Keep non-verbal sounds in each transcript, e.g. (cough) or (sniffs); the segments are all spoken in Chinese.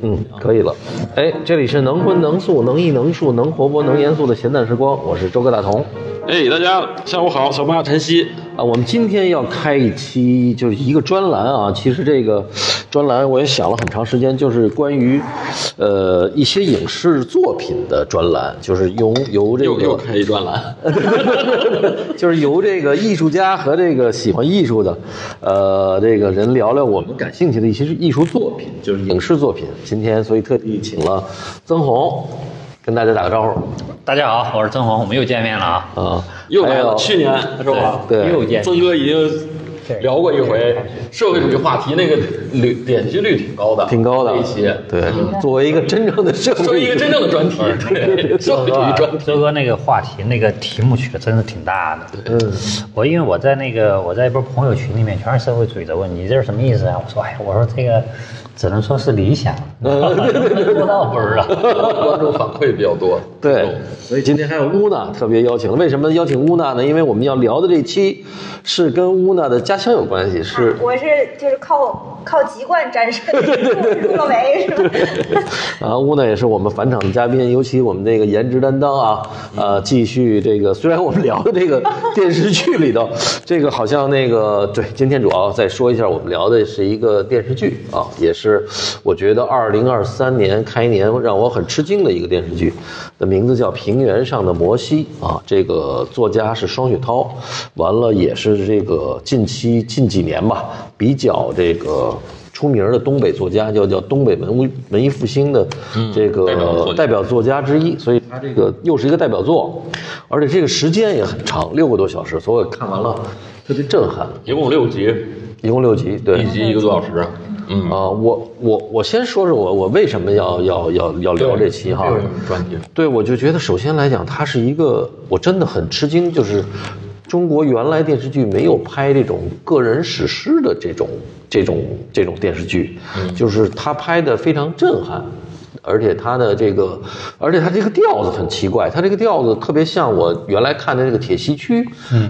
嗯，可以了。哎，这里是能荤能素能艺能术能活泼能严肃的闲淡时光，我是周哥大同。哎，大家下午好，小马晨曦。啊，我们今天要开一期就是一个专栏啊。其实这个专栏我也想了很长时间，就是关于呃一些影视作品的专栏，就是由由这又又个开一专栏， (laughs) 就是由这个艺术家和这个喜欢艺术的呃这个人聊聊我们感兴趣的一些艺术作品，就是影视作品。今天所以特地请了曾红，跟大家打个招呼大家好，我是曾红，我们又见面了啊！啊，又来还有了。去年是吧？对又见曾哥已经聊过一回社会主义话题，那个率点击率挺高的，挺高的那一期，对，作为一个真正的社作会为一个真正的专题，对，社会主义专题。周哥那个话题那个题目取的真是挺大的。嗯，我因为我在那个我在一波朋友群里面全是社会主义的问，你这是什么意思啊？我说哎，我说这个只能说是 (laughs) 理想，做到不啊知道。观众反馈比较多，对，所以今天还有乌娜特别邀请了。为什么邀请乌娜呢？因为我们要聊的这期是跟乌娜的家乡有关系，是我是就是靠靠籍贯沾身入了围是吧？啊，乌娜也是我们返场的嘉宾，尤其我们这个颜值担当啊，呃，继续这个，虽然我们聊的这个电视剧里头，这个好像那个对，今天主要再说一下，我们聊的是一个电视剧啊，也是我觉得二零二三年开年让我很吃惊的一个电视剧，的名字叫《平原上的摩西》啊，这个作家是双雪涛，完了也是这个近期近几年吧，比较这个。出名儿的东北作家，叫叫东北文物文艺复兴的这个嗯代代表作家表作家之一，所以他这个又是一个代表作，而且这个时间也很长，六个多小时，所以我看完了特别震撼，一共六集，一共六集，对一。集一个多小时。嗯，啊，我我我先说说我我为什么要要要要聊这期哈，六人专题，对，我就觉得首先来讲，它是一个我真的很吃惊，就是中国原来电视剧没有拍这种个人史诗的这种这种这种电视剧，就是他拍的非常震撼。而且他的这个，而且他这个调子很奇怪，他这个调子特别像我原来看的那个《铁西区》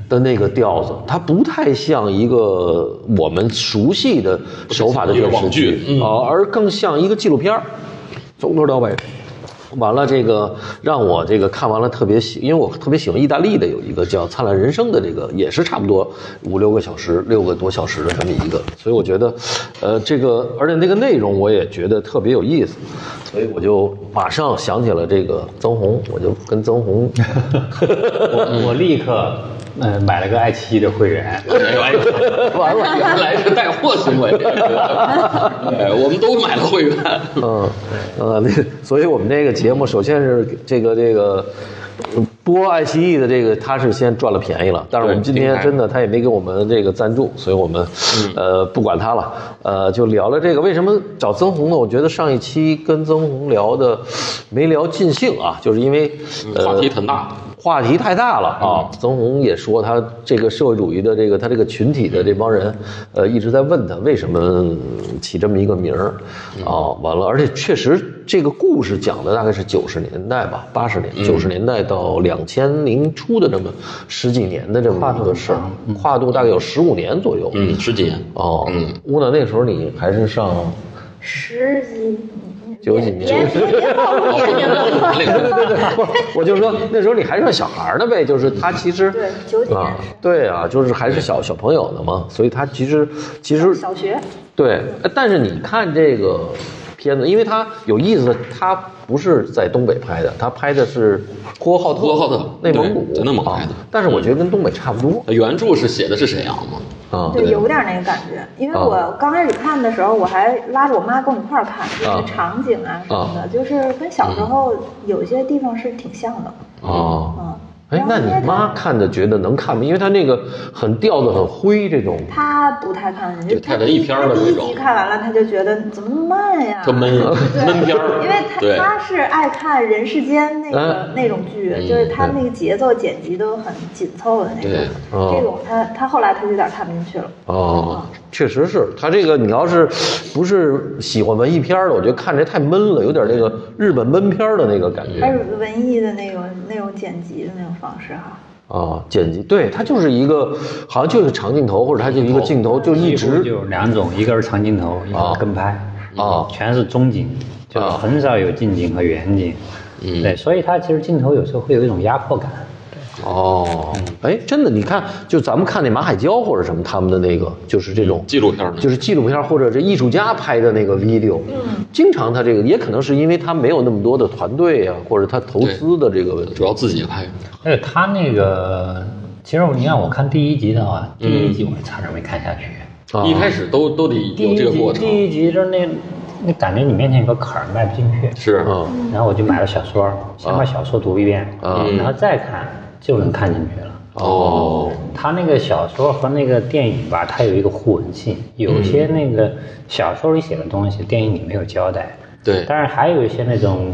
的那个调子，它不太像一个我们熟悉的手法的一个电视网剧剧啊、而更像一个纪录片儿。从头到尾。完了，这个让我这个看完了特别喜，因为我特别喜欢意大利的有一个叫《灿烂人生》的这个，也是差不多五六个小时、六个多小时的这么一个，所以我觉得，呃，这个而且那个内容我也觉得特别有意思，所以我就马上想起了这个曾红，我就跟曾红 (laughs) 我我立刻呃买了个爱奇艺的会员，哎呦完了，原来是带货 (laughs) 行为，哎，我们都买了会员。嗯，呃，那所以我们这个节目首先是这个这个嗯播爱奇艺的这个，他是先赚了便宜了，但是我们今天真的他也没给我们这个赞助，所以我们嗯呃不管他了，呃就聊聊这个为什么找曾红呢？我觉得上一期跟曾红聊的没聊尽兴啊，就是因为呃嗯话题很大，话题太大了啊！曾红也说，他这个社会主义的这个他这个群体的这帮人，呃，一直在问他为什么起这么一个名儿啊。完了，而且确实这个故事讲的大概是九十年代吧，八十年、九十年代到两千零初的这么十几年的这么一个事儿，跨度大嗯概有十五年左右。嗯，十几年，哦，嗯，乌娜那时候你还是上十几九几别年。别别暴露年龄了，那 (laughs) 个对对对，不是，我就说那时候你还算小孩儿呢呗，就是他其实对九几年啊，对啊，就是还是小小朋友呢嘛，所以他其实其实小学对，呃但是你看这个片子，因为它有意思，它不是在东北拍的，它拍的是呼和浩特，呼和浩特哦内蒙古，对在内蒙拍的啊但是我觉得跟东北差不多原著是写的是沈阳嘛？啊，对有点那个感觉，因为我刚开始看的时候，我还拉着我妈跟我一块儿看，就啊是场景啊什么的，就是跟小时候有些地方是挺像的，哦啊。嗯。哎，那你妈看着觉得能看吗？因为她那个很调子很灰，这种她不太看，对太文艺片儿了她第那一种集看完了，她就觉得怎么那么慢呀，特闷啊闷片儿，因为他对他是爱看人世间那个、嗯那种剧，嗯就是他那个节奏剪辑都很紧凑的那种。对哦这种他他后来他有点看不进去了。哦，确实是他这个，你要是不是喜欢文艺片儿的，我觉得看着太闷了，有点那个日本闷片儿的那个感觉但是文艺的那种那种剪辑的那种方式哈，啊。剪辑对，它就是一个好像就是长镜头，或者它就一个 (laughs) 镜头就一几乎直就两种，一个是长镜头，一个啊是跟拍，啊全是中景。就是很少有近景和远景。嗯，对，所以它其实镜头有时候会有一种压迫感。嗯哦，哎，真的，你看，就咱们看那马海娇或者什么他们的那个，就是这种纪录片儿呢就是纪录片儿或者这艺术家拍的那个 video，嗯，经常他这个也可能是因为他没有那么多的团队啊，或者他投资的这个问题主。要自己拍。而且他那个，其实你看我看第一集的话，嗯第一集我是差点没看下去。啊一开始都都得第有一这个过集，程，第一集就是那，那感觉你面前有个坎儿迈不进去。是啊嗯然后我就买了小说，先把小说读一遍，嗯然后再看就能看进去了。哦，他那个小说和那个电影吧，它有一个互文性，有些嗯那个小说里写的东西，电影里没有交代。对但是还有一些那种，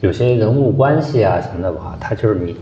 有些人物关系啊什么的吧，它就是你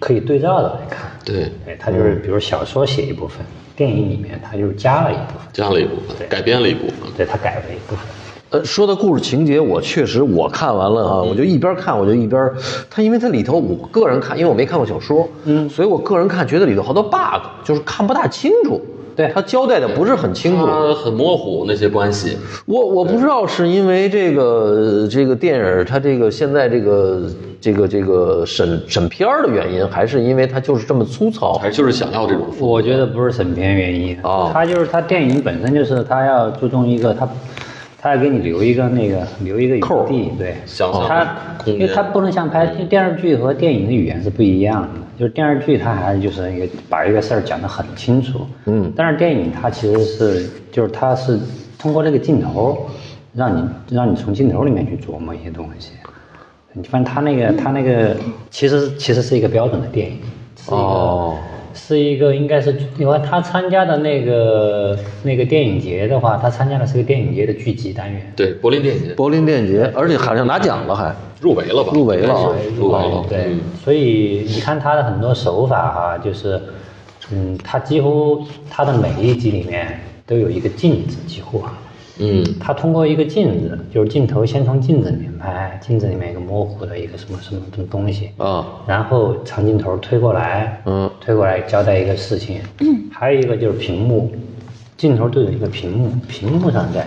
可以对照的来看。对，对，它就是比如小说写一部分，电影里面它就是加了一部分，这样了一部对分，改编了一部分。对，它改了一部分。呃，说到故事情节，我确实我看完了啊，我就一边看我就一边，它因为它里头我个人看，因为我没看过小说，嗯，所以我个人看觉得里头好多 bug，就是看不大清楚，对它交代的不是很清楚，它很模糊那些关系，我我不知道是因为这个这个电影儿它这个现在这个这个这个审审片儿的原因，还是因为它就是这么粗糙还是就是想要这种我觉得不是审片原因，哦他就是他电影本身就是他要注重一个他，他要给你留一个那个留一个扣儿余地，对，想象他空因为间他不能像拍电视剧和电影的语言是不一样的，就是电视剧它还是就是一个把一个事儿讲得很清楚，嗯，但是电影它其实是就是它是通过这个镜头，让你让你从镜头里面去琢磨一些东西，你发现他那个他那个其实其实是一个标准的电影，是一个哦，是一个应该是，因为他参加的那个那个电影节的话，他参加的是个电影节的剧集单元。对柏林电影节柏林电影节，而且好像拿奖了还。入围了吧？入围了啊入围了。对嗯，所以你看他的很多手法哈、就是，嗯，他几乎他的每一集里面都有一个镜子，几乎啊，嗯，他通过一个镜子，就是镜头先从镜子里面拍，镜子里面有个模糊的一个什么什么什么东西，啊，然后长镜头推过来，嗯，推过来交代一个事情，嗯，还有一个就是屏幕，镜头对着一个屏幕，屏幕上在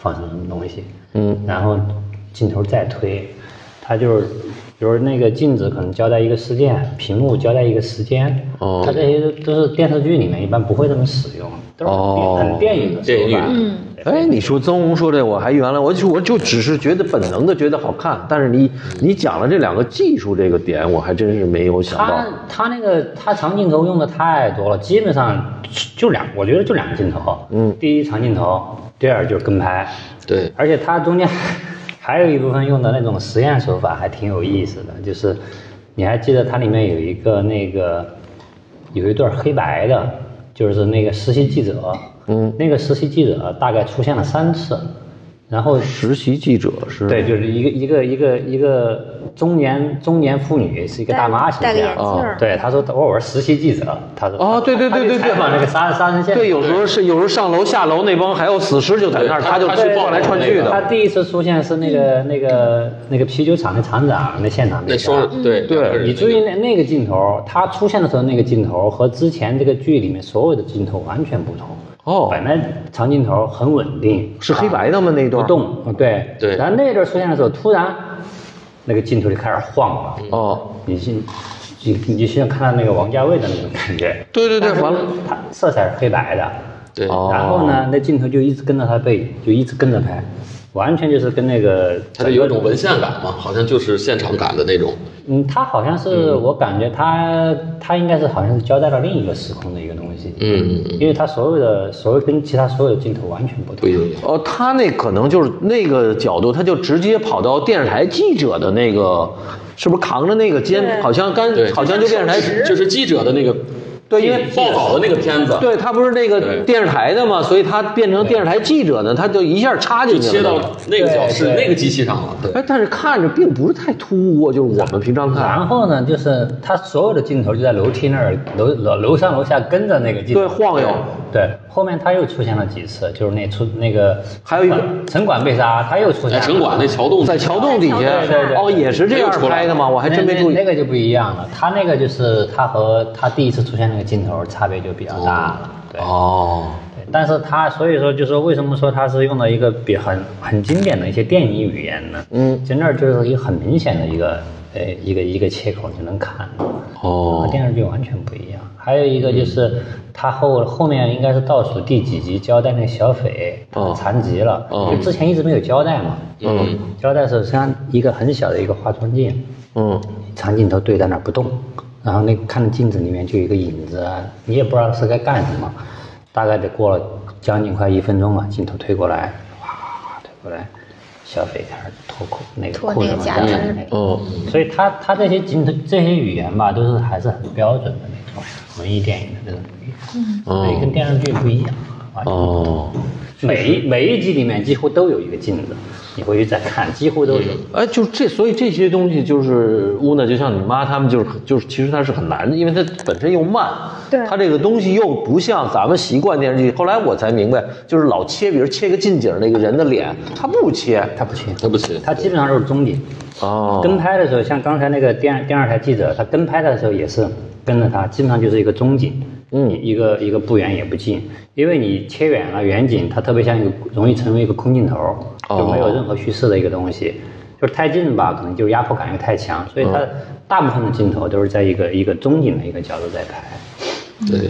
放什么什么东西，嗯，然后镜头再推，它就是，比如那个镜子可能交代一个事件，屏幕交代一个时间，哦它这些都都是电视剧里面一般不会这么使用，都是很电哦很电影的手电法，影嗯，哎，你说曾红说这，我还原来我就我就只是觉得本能的觉得好看，但是你你讲了这两个技术这个点，我还真是没有想他到。他那个他长镜头用的太多了，基本上就两，我觉得就两个镜头。嗯，第一长镜头，第二就是跟拍。对，而且它中间 (laughs) 还还有一部分用的那种实验手法还挺有意思的，就是你还记得它里面有一个那个有一段黑白的，就是那个实习记者，嗯，那个实习记者大概出现了三次，然后实习记者是对，就是一个一个一个一个中年中年妇女，是一个大妈形戴戴个眼象。镜儿哦对，她说我我是实习记者，她说哦对对对她去对对采访那个沙沙尘县。对，有时候是有时候上楼下楼那帮还有死尸就在那儿，对他就他去去晃来窜去对她的。嗯第一次出现是那个那个那个啤酒厂的厂长那现场那个双对对两个人你注意那那个镜头，他出现的时候那个镜头和之前这个剧里面所有的镜头完全不同。哦本来长镜头很稳定，是黑白的吗？那一不段？动，哦对对然后那段出现的时候，突然那个镜头就开始晃了，哦，你是你你现在看到那个王家卫的那种感觉，对对对，完了。他色彩是黑白的，对哦然后呢，那镜头就一直跟着他的背影，就一直跟着拍，完全就是跟那个它就有一种文献感嘛，好像就是现场感的那种。嗯，他好像是、我感觉他他应该是好像是交代了另一个时空的一个东西，嗯，嗯嗯因为他所有的所有跟其他所有的镜头完全不不同一。定。哦，他那可能就是那个角度，他就直接跑到电视台记者的那个，是不是扛着那个肩，对好像干，对好像就电视台，就是记者的那个，对因为报道的那个片子，，对他不是那个对电视台的嘛，所以他变成电视台记者呢，他就一下插进就去切了。到那个角是对对那个机器上了。对，哎，但是看着并不是太突兀，啊就是我们平常看，然后呢，就是他所有的镜头就在楼梯那儿，楼楼楼上楼下跟着那个镜头对晃悠，对，后面他又出现了几次，就是那出那个还有一个城管被杀，他又出现哎，了。城管那桥洞在桥洞底下对对对，哦，也是这样拍的吗？我还真没注那那意。那个就不一样了，他那个就是他和他第一次出现那个镜头差别就比较大了。对，哦，对但是它所以说就是为什么说它是用了一个比很很经典的一些电影语言呢？嗯，其实那儿就是一个很明显的一个呃一个一个切口就能看，和哦，嗯电视剧完全不一样。还有一个就是它后后面应该是倒数第几集交代那个小斐哦残疾了，哦就之前一直没有交代嘛，嗯交代是实际上一个很小的一个化妆镜，嗯长镜头对在那儿不动，然后那个看着镜子里面就有一个影子啊，你也不知道是该干什么，大概得过了将近快一分钟吧，镜头推过来，哇，推过来，小斐开始脱裤那个脱裤那子个嘛假下来肢那个嗯，所以他他这些镜头这些语言吧，都是还是很标准的那种文艺电影的那种语言，所以跟电视剧不一样。啊哦，每一每一集里面几乎都有一个镜子，你回去再看，几乎都有。哎，就这，所以这些东西就是乌娜，就像你妈他们，就是就是，其实它是很难的，因为它本身又慢，对它这个东西又不像咱们习惯电视剧。后来我才明白，就是老切，比如切个近景那个人的脸，他不切，他不行，对不起，他基本上都是中景。哦跟拍的时候，像刚才那个电电视台记者，他跟拍的时候也是跟着他，基本上就是一个中景，嗯一个一个不远也不近，因为你切远了远景，它特别像一个容易成为一个空镜头，哦就没有任何叙事的一个东西，就是太近吧，可能就是压迫感又太强，所以它嗯大部分的镜头都是在一个一个中景的一个角度在拍。嗯对。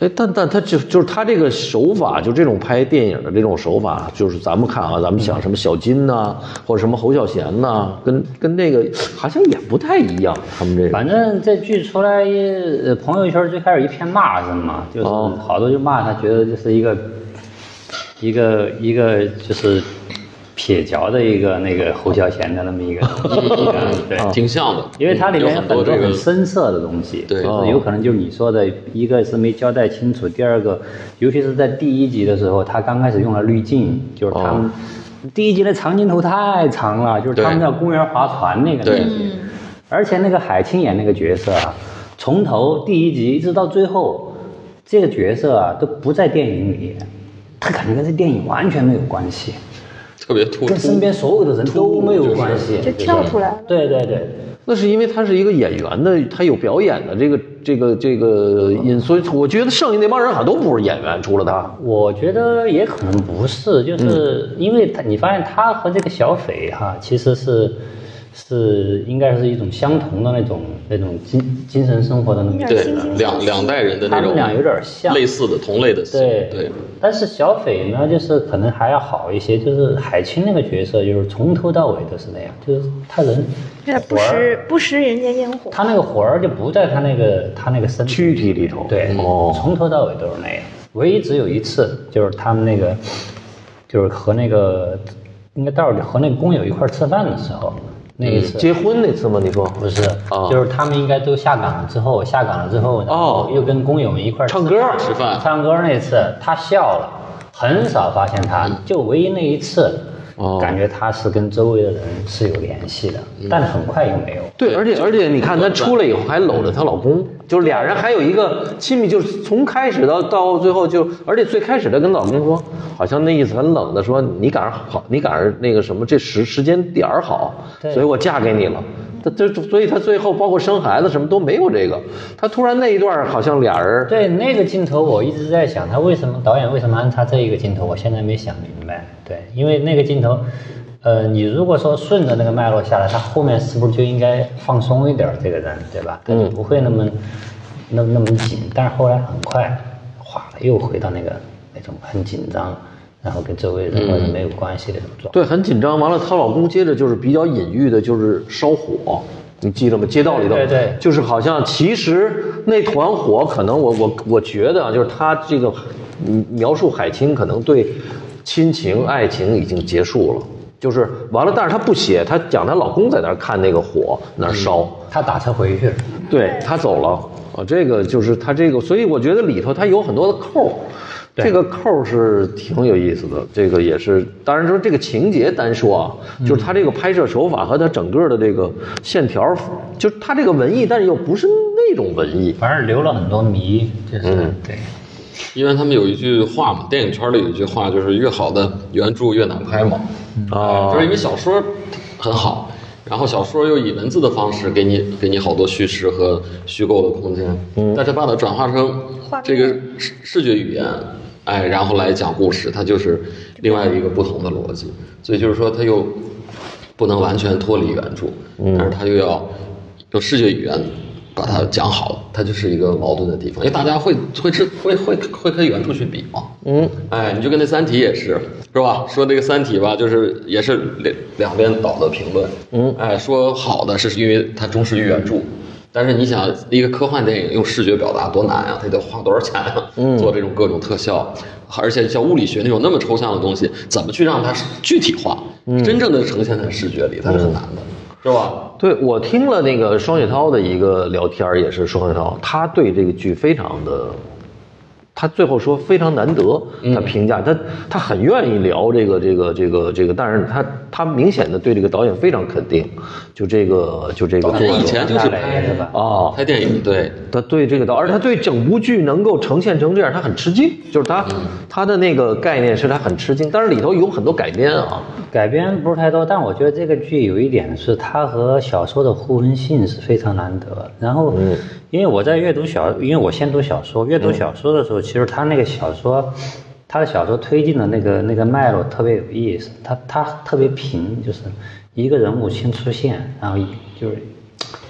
哎，但但他就就是他这个手法，就这种拍电影的这种手法，就是咱们看啊，咱们想什么小金呐、或者什么侯孝贤呐、跟跟那个好像也不太一样，他们这个反正这剧出来，呃朋友圈最开始一片骂声嘛，就是哦好多就骂他，觉得这是一个一个一个就是撇脚的一个那个侯孝贤的那么一个一个对。啊挺像的，因为它里面有有很很多多这很个深色的东西，对哦就是有可能就是你说的，一个是没交代清楚，第二个，尤其是在第一集的时候，他刚开始用了滤镜，就是他们、第一集的长镜头太长了，就是他们哦对在公园划船那个对东西，而且那个海清演那个角色啊，从头第一集一直到最后，这个角色啊都不在电影里，他感觉跟这电影完全没有关系，特别突跟身出。边所有的人都没有关系，就跳出来了。对对对。那是因为他是一个演员的，他有表演的这个这个这个因，所以我觉得剩下那帮人好像都不是演员，除了他。我觉得也可能不是，就是嗯因为他，你发现他和这个小斐哈，其实是是应该是一种相同的那种那种精精神生活的那么一对对个惺惺相，惜两两代人的那他们种，俩有点像类似的同类的戏，对对，但是小斐呢，就是可能还要好一些，就是海清那个角色，就是从头到尾都是那样，就是他人有点不魂儿食不食人间烟火。他那个魂儿就不在他那个他那个身体躯体里头对，哦从头到尾都是那样。唯一只有一次，就是他们那个，就是和那个应该到和那个工友一块儿吃饭的时候，那一次、结婚那次吗？你说不是，哦就是他们应该都下岗了之后，下岗了之后，然后又跟工友们一块儿唱歌吃饭唱歌那次他笑了，很少发现他，就唯一那一次。嗯哦嗯感觉他是跟周围的人是有联系的，但很快又没有。对，而且而且你看她出来以后还搂着她老公，就是俩人还有一个亲密，就是从开始到到最后就，而且最开始她跟老公说，好像那意思很冷的说，你赶上好，你赶上那个什么这时时间点儿好，对所以我嫁给你了。她她所以她最后包括生孩子什么都没有这个，她突然那一段好像俩人对那个镜头，我一直在想，他为什么导演为什么安插这一个镜头？我现在没想明白。对，因为那个镜头，呃，你如果说顺着那个脉络下来，他后面是不是就应该放松一点儿？这个人，对吧？他就不会那么、那么那么紧。但是后来很快，哗了，又回到那个那种很紧张，然后跟周围人或者没有关系的那种状态。对，很紧张。完了，她老公接着就是比较隐喻的，就是烧火，你记得吗？街道里头，对对对就是好像其实那团火，可能我我我觉得啊，就是他这个嗯描述海清可能对亲情、爱情已经结束了，就是完了。但是她不写，她讲她老公在那儿看那个火那儿烧。他打车回去了。对他走了啊，这个就是他这个，所以我觉得里头他有很多的扣儿，这个扣儿是挺有意思的，这个也是，当然说这个情节单说啊，就是他这个拍摄手法和他整个的这个线条，就是他这个文艺，但是又不是那种文艺，反正留了很多谜，就是、对，因为他们有一句话嘛，电影圈里有一句话，就是越好的原著越难拍嘛。哎哦就是因为小说很好，然后小说又以文字的方式给你给你好多叙事和虚构的空间，但是把它转化成画面这个视视觉语言，哎，然后来讲故事，它就是另外一个不同的逻辑。所以就是说，它又不能完全脱离原著，但是它又要用视觉语言把它讲好，它就是一个矛盾的地方。因为大家会会知会会会跟原著去比嘛，嗯，哎，你就跟那《三体》也是，是吧？说这个《三体》吧，就是也是两两边倒的评论，嗯，哎，说好的是因为它忠实于原著。但是你想，一个科幻电影用视觉表达多难啊！它得花多少钱啊？做这种各种特效，而且像物理学那种那么抽象的东西，怎么去让它具体化，真正的呈现在视觉里，它是很难的，是吧？对，我听了那个双雪涛的一个聊天儿，也是双雪涛，他对这个剧非常的，他最后说非常难得，嗯他评价、他他很愿意聊这个这个这个这个，但是他他明显的对这个导演非常肯定，就这个就这个作导演以者前就是拍是吧？啊，拍电影，对，他对这个导，而他对整部剧能够呈现成这样，他很吃惊，就是他、嗯他的那个概念是他很吃惊，但是里头有很多改编啊，改编不是太多，但我觉得这个剧有一点是它和小说的互文性是非常难得的。然后，因为我在阅读小，因为我先读小说，阅读小说的时候，其实他那个小说，他的小说推进的那个那个脉络特别有意思，他他特别平，就是一个人物先出现，然后一就是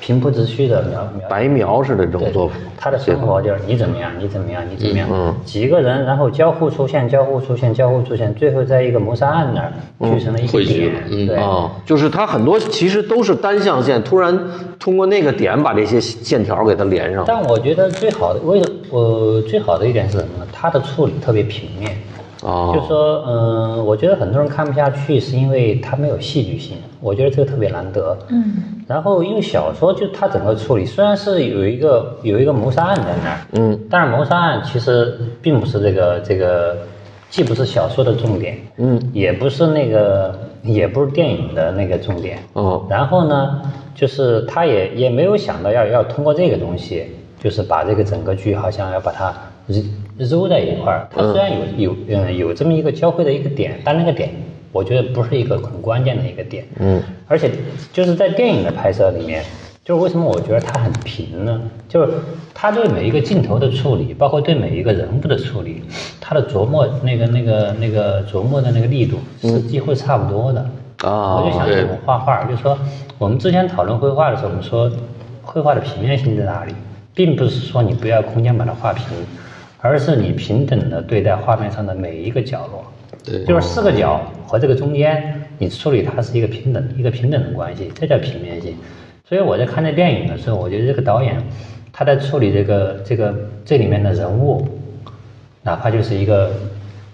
平铺直叙的描描白描似的这种对做法，他的生活就是你怎么样，你怎么样，你怎么样，几个人然后交互出现，交互出现，交互出现，最后在一个谋杀案那儿聚成了一汇个聚点了，嗯对。啊，就是他很多其实都是单象线，突然通过那个点把这些线条给它连上。但我觉得最好的，为什我最好的一点是什么呢？它的处理特别平面，哦就说，嗯、我觉得很多人看不下去，是因为它没有戏剧性，我觉得这个特别难得。嗯，然后因为小说就它整个处理虽然是有一个有一个谋杀案在那儿，嗯，但是谋杀案其实并不是这个这个，既不是小说的重点，嗯，也不是那个也不是电影的那个重点，哦然后呢，就是他也也没有想到要要通过这个东西，就是把这个整个剧好像要把它揉揉在一块儿。它虽然有有嗯有这么一个交汇的一个点，但那个点我觉得不是一个很关键的一个点。嗯，而且就是在电影的拍摄里面。就是为什么我觉得它很平呢？就是他对每一个镜头的处理，包括对每一个人物的处理，他的琢磨那个那个那个琢磨的那个力度是几乎差不多的。啊我就想起对我画画，就说我们之前讨论绘画的时候，我们说绘画的平面性在哪里，并不是说你不要空间把它画平，而是你平等的对待画面上的每一个角落，对，就是四个角和这个中间，你处理它是一个平等一个平等的关系，这叫平面性。所以我在看这电影的时候，我觉得这个导演他在处理这个这个这里面的人物，哪怕就是一个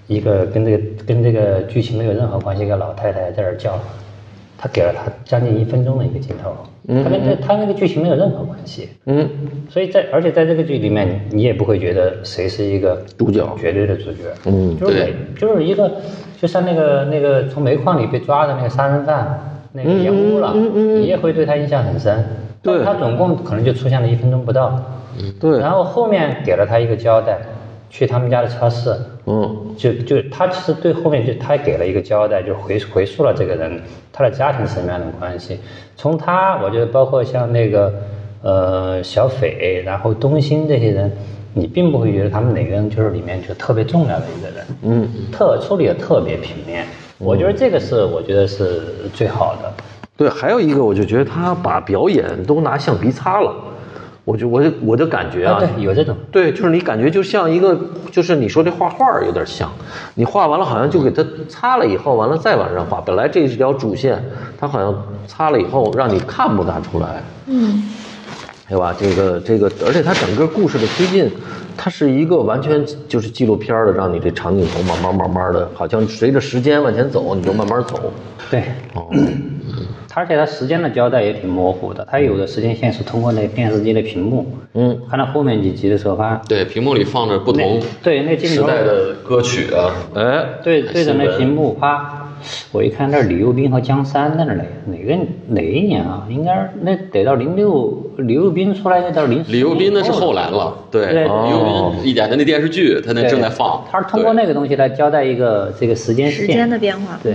一个跟这个跟这个剧情没有任何关系一个老太太在这儿叫，他给了他将近一分钟的一个镜头，他跟这他跟这个剧情没有任何关系，嗯，所以在而且在这个剧里面，你也不会觉得谁是一个主角绝对的主角，嗯，就是对每就是一个就像那个那个从煤矿里被抓的那个杀人犯，那嗯个延误了，你也会对他印象很深，对但他总共可能就出现了一分钟不到，对然，后后面给了他一个交代，去他们家的超市，嗯，就就他其实对后面就他给了一个交代，就回回溯了这个人他的家庭是什么样的关系。从他，我觉得包括像那个呃小斐，然后东兴这些人，你并不会觉得他们哪个人就是里面就特别重要的一个人，嗯，特处理的特别平面。我觉得这个是我觉得是最好的。对，还有一个我就觉得他把表演都拿橡皮擦了，我就我就我的感觉啊，啊，对，有这种。对，就是你感觉就像一个，就是你说这画画儿有点像，你画完了好像就给它擦了以后，完了再往上画。本来这是条主线，它好像擦了以后让你看不大出来，嗯，对吧？这个这个，而且它整个故事的推进，它是一个完全就是纪录片儿的，让你这长镜头慢慢慢慢的，好像随着时间往前走，你就慢慢走。对，哦，而且它时间的交代也挺模糊的，它有的时间线是通过那个电视机的屏幕，嗯，看到后面几集的时候，发现对，屏幕里放着不同对那镜时头代的歌曲啊，哎，对对着新那闻屏幕，啪，我一看那是李幼斌和江山，那是哪哪个哪一年啊？应该是那得到零六，李幼斌出来那到零李幼斌那是后来了，对，对李幼斌演的那电视剧，他那正在放，他是通过那个东西来交代一个这个时间时线，间的变化，嗯对。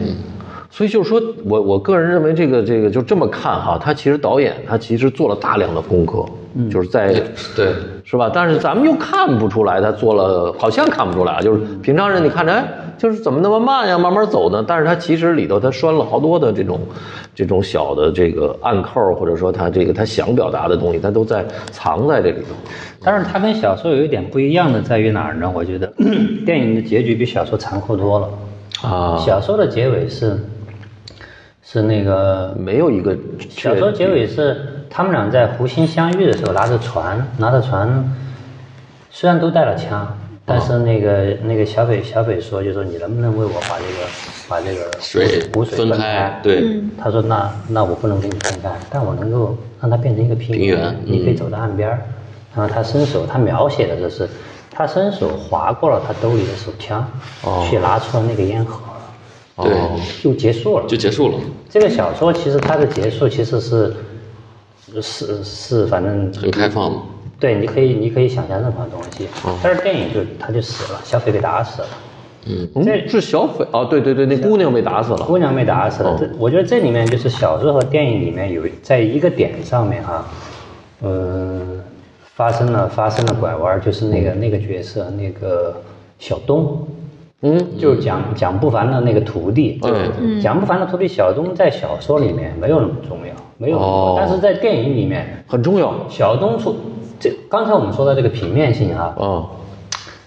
所以就是说我我个人认为这个这个就这么看哈，他其实导演他其实做了大量的功课，就是在对。是吧？但是咱们又看不出来他做了，好像看不出来啊。就是平常人你看着，哎，就是怎么那么慢呀，慢慢走呢？但是他其实里头他拴了好多的这种这种小的这个暗扣，或者说他这个他想表达的东西，他都在藏在这里头。但是它跟小说有一点不一样的在于哪儿呢？我觉得 (clears throat) 电影的结局比小说残酷多了。啊，小说的结尾是是那个没有一个确小说结尾是他们俩在湖心相遇的时候，拿着船，拿着船，虽然都带了枪，但是那个、那个小北小北说，就说你能不能为我把这个把这个水湖水分开开？对嗯他说那那我不能给你分开，但我能够让它变成一个平平原你可以嗯走到岸边儿。然后他伸手，他描写的这是他伸手划过了他兜里的手枪，哦去拿出了那个烟盒，对，哦就结束了。就结束了。这个小说其实它的结束其实是是是，反正很开放嘛。对，你可以你可以想象任何东西，但是电影就他就死了，小斐被打死了，嗯，是小斐啊，对对对，那姑娘被打死了。姑娘被打死哦了。这我觉得这里面就是小说和电影里面有在一个点上面哈、嗯，发生了发生了拐弯儿，就是那个那个角色那个小东。嗯，就是蒋蒋不凡的那个徒弟，对嗯蒋不凡的徒弟小东在小说里面没有那么重要，没有那么哦重要，但是在电影里面，很重要小东出这刚才我们说到这个平面性啊，啊。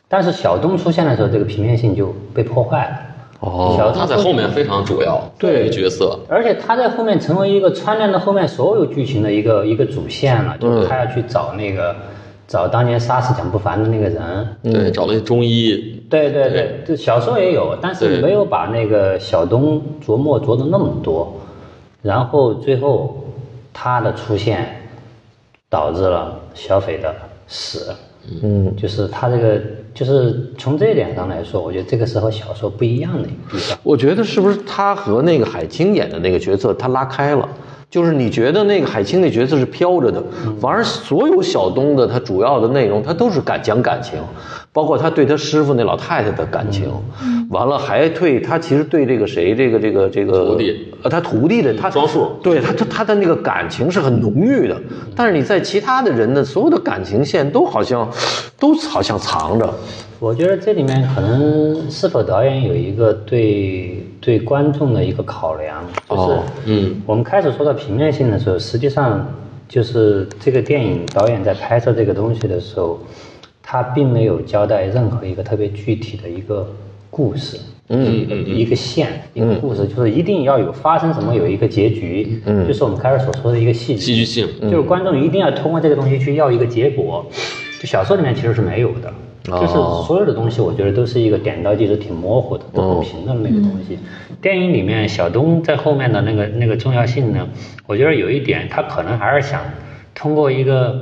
但是小东出现的时候，这个平面性就被破坏了。哦小东他在出后面非常主要，对一个角色，而且他在后面成为一个串联着后面所有剧情的一个一个主线了，就是他要去找那个、找当年杀死蒋不凡的那个人。对，找了一中医，对对对对，这小说也有，但是对没有把那个小东琢磨琢磨那么多，然后最后他的出现导致了小斐的死。嗯，就是他这个，就是从这一点上来说，我觉得这个是和小说不一样的一个地方。我觉得是不是他和那个海清演的那个角色他拉开了？就是你觉得那个海清那角色是飘着的，反而所有小东的他主要的内容，他都是感讲感情，包括他对他师傅那老太太的感情，完了还对他其实对这个谁这个这个这个徒弟呃他徒弟的他庄树对他他他的那个感情是很浓郁的，但是你在其他的人的所有的感情线都好像都好像藏着，我觉得这里面可能是否导演有一个对对观众的一个考量，就是哦嗯，我们开始说到平面性的时候，实际上就是这个电影导演在拍摄这个东西的时候，他并没有交代任何一个特别具体的一个故事，嗯，一个线，一个故事，就是一定要有发生什么，有一个结局，嗯，就是我们开始所说的一个戏剧戏剧性嗯就是观众一定要通过这个东西去要一个结果，就小说里面其实是没有的。就是哦所有的东西，我觉得都是一个点到即止、挺模糊的、都不平的那个东西。嗯电影里面小东在后面的那个那个重要性呢，我觉得有一点，他可能还是想通过一个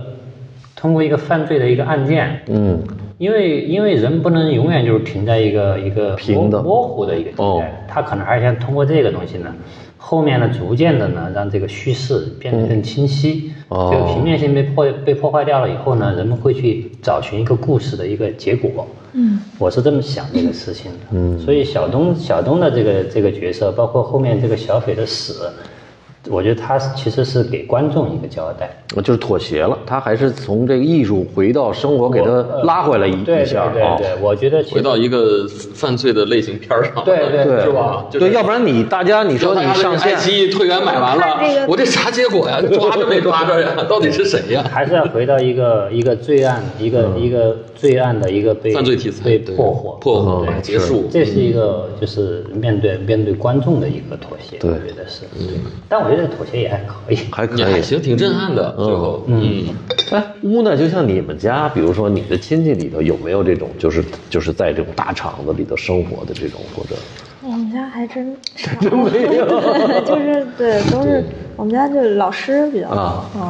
通过一个犯罪的一个案件，嗯，因为因为人不能永远就是停在一个一个平的模模糊的一个地带，哦他可能还是想通过这个东西呢，后面呢逐渐的呢让这个叙事变得更清晰。哦这个平面性被破被破坏掉了以后呢，人们会去找寻一个故事的一个结果。嗯，我是这么想这个事情的。嗯，所以小东小东的这个这个角色，包括后面这个小斐的死，我觉得他其实是给观众一个交代。就是妥协了，他还是从这个艺术回到生活，给他拉回来一对一下对啊对。对，我觉得其实回到一个犯罪的类型片儿上，对对对，是吧？就是对，要不然你大家你说你上爱线，奇艺退员买完看这了个，我这啥结果呀？抓着没抓着呀？到底是谁呀？还是要回到一个一个罪案，一个、一个罪案的一个被犯罪题材被对破获破获对结束这是一个就是面对面对观众的一个妥协，对我觉得是，对。但我觉得这个妥协也还可以，还可也还以。行，挺震撼的。最后，嗯，哎，屋呢，就像你们家，比如说你的亲戚里头有没有这种，就是就是在这种大厂子里头生活的这种，或 (laughs) 者我们家还真少，对 (laughs) 就是对，都是我们家就是老师比较多 (laughs) 啊，嗯，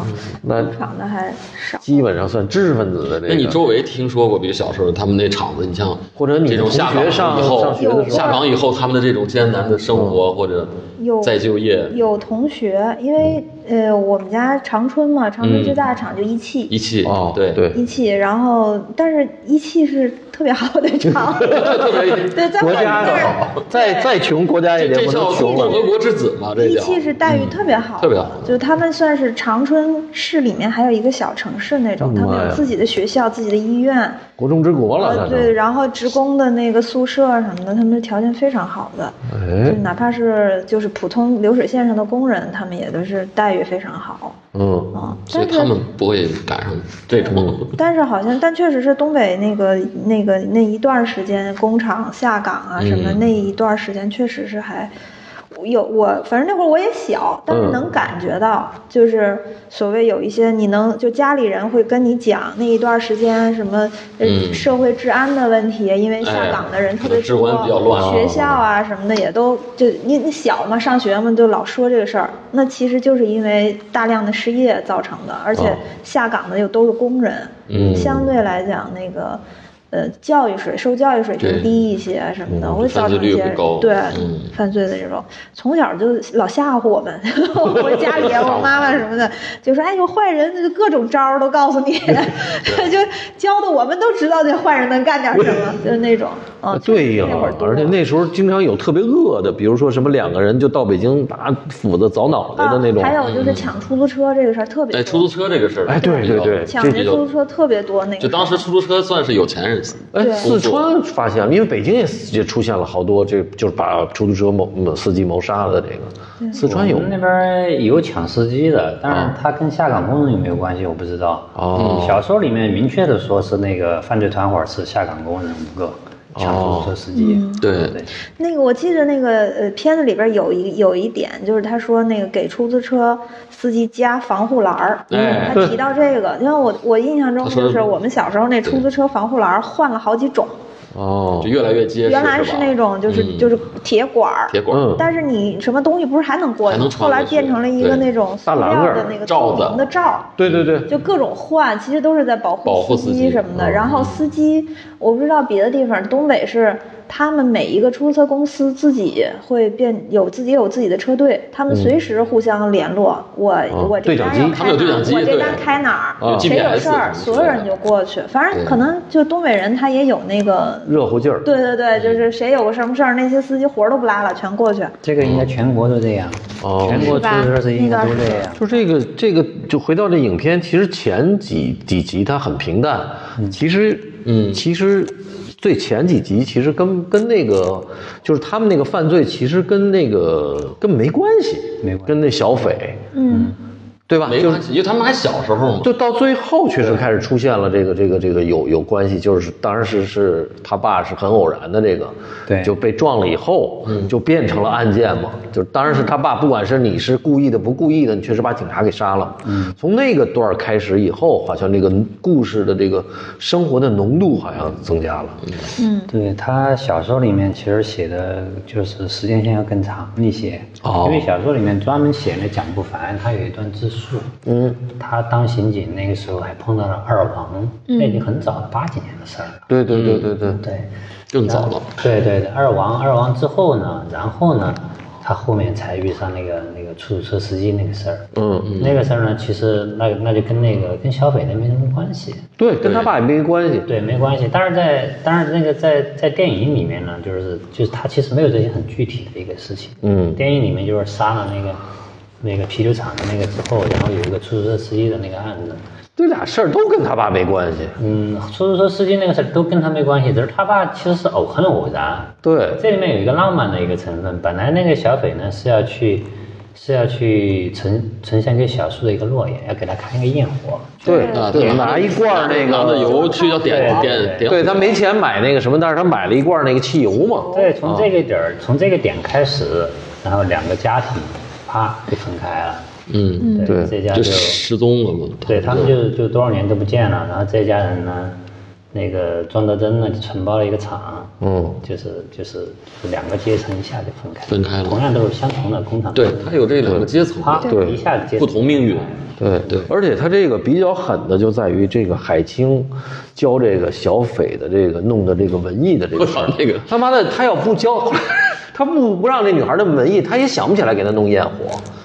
那工厂的还少。基本上算知识分子的这个。那你周围听说过，比如小时候他们那厂子，你像或者你这种同学下上岗以后上学的时，候下岗以后他们的这种艰难的生活或者有再就业，有同学，因为呃，我们家长春嘛，长春最大的厂就一汽，一汽哦，对对一汽，然后但是一汽是特别好的厂，对，在我国们这家儿，再再穷，国家也这不叫能共穷了。和国之子嘛，这一叫汽是待遇特别好好，特别好就他们算是长春市里面还有一个小城市那种，嗯他们妈呀有自己的学校、自己的医院，国中之国了，呃那就对，然后职工的那个宿舍什么的，他们的条件非常好的，哎就，哪怕是就是普通流水线上的工人，他们也都是待遇非常好嗯，啊。所以但他是们不会赶上这种。但是好像，但确实是东北那个那个那一段时间工厂下岗啊什么、嗯那一段时间，确实是还有我，反正那会儿我也小，但是嗯能感觉到，就是所谓有一些你能就家里人会跟你讲那一段时间什么呃嗯社会治安的问题，因为下岗的人特别哎治多，安比较乱啊哦学校啊什么的也都就你你小嘛，上学嘛，就老说这个事儿。那其实就是因为大量的失业造成的，而且哦下岗的又都是工人，嗯相对来讲那个。呃，教育水受教育水平对低一些什么的，嗯会造犯成罪一率些会高对、嗯犯罪的这种，从小就老吓唬我们， (laughs) 我家里啊我妈妈什么的就说：“哎，有坏人，就各种招儿都告诉 (laughs) 你， (laughs) 就教的我们都知道这坏人能干点什 (laughs) 么，就是那种。”嗯，呃对呀那会儿，多而且那时候经常有特别恶的，比如说什么两个人就到北京拿斧子凿脑袋的那种，啊。还有就是抢出租车这个事儿特别嗯多，哎，出租车这个事儿，哎对对对抢这劫出租车特别多，那个就当时出租车算是有钱人，哎，对四川发现，因为北京也也出现了好多这就是把出租车谋嗯司机谋杀的这个，四川有我们那边有抢司机的，但是他跟下岗工人有没有关系，我不知道。哦嗯小说里面明确的说是那个犯罪团伙是下岗工人五个抢出租车司机。嗯对对，那个我记得那个呃片子里边有一有一点，就是他说那个给出租车司机加防护栏儿，嗯哎他提到这个，因为我我印象中他说就是我们小时候那出租车防护栏儿换了好几种，哦就，越来越结实。原来是是吧那种就是、嗯就是铁管儿。铁管，嗯但是你什么东西不是还能过还去？能穿后来过去变成了一个对那种塑大栏料杆儿的那个罩透明子的罩儿，对对对，就各种换，其实都是在保保护护司司机什么的。嗯然后司机，我不知道别的地方，东北是他们每一个出租车公司自己会变有自己有自己的车队，他们随时互相联络。我嗯我这对讲单机要他们有开嗯对讲哪儿，机我这对单开哪有儿，谁有 GPS 事儿，什么之类的所有人就过去。反正对可能就东北人他也有那个，热乎劲儿，对对对，就是谁有个什么事儿，那些司机活儿都不拉了，全过去。这个应该全国都这样，哦全国出租车司机应该都这样。就这个这个，就回到这影片，其实前几几集它很平淡，其实嗯其实最前几集其实跟跟那个就是他们那个犯罪，其实跟那个跟没关系，没关系跟那小匪嗯，对吧？没就是关系，因为他们还小时候嘛。就到最后确实开始出现了这个这个这个有有关系，就是当然是是他爸是很偶然的这个，对就被撞了以后，嗯就变成了案件嘛，就当然是他爸，不管是你是故意的不故意的，你确实把警察给杀了，嗯，从那个段儿开始以后，好像这个故事的这个生活的浓度好像增加了，嗯对他小说里面其实写的就是时间线要更长一些，哦因为小说里面专门写那蒋不凡，他有一段自述，嗯，他当刑警那个时候还碰到了二王，那已经很早了，八几年的事儿了，对对对对嗯对，对，更早了，对对对，二王二王之后呢，然后呢，他后面才遇上那个那个出租车司机那个事儿，嗯，那个事儿呢，其实那那就跟那个跟小北那没什么关系，对，跟他爸也没关系，对，没关系。但是在但是那个在在电影里面呢，就是就是他其实没有这些很具体的一个事情。嗯电影里面就是杀了那个那个啤酒厂的那个之后，然后有一个出租车司机的那个案子。这俩事儿都跟他爸没关系，嗯，出租车司机那个事儿都跟他没关系，只是他爸其实是偶很偶然。对，这里面有一个浪漫的一个成分，本来那个小斐呢是要去。是要去呈呈现给小树的一个诺言，要给他看一个焰火。对啊对对，拿一罐儿那个拿着油去要点对点点，对他没钱买那个什么，但是他买了一罐那个汽油嘛。对，从这个点儿，从这个点开始，然后两个家庭啪就分开了。嗯，对这家就就失踪了嘛。对他们就就多少年都不见了。然后这家人呢，那个庄德珍呢就承包了一个厂，嗯，就是就是两个阶层一下就分开，分开了同样都是相同的工厂，对他有这两个阶层，啪对一下阶不同命运。对对而且他这个比较狠的就在于这个海清教这个小斐的这个弄的这个文艺的 (laughs) 这个事儿我操那个他妈的他要不教，他不不让这女孩那么文艺，他也想不起来给她弄焰火。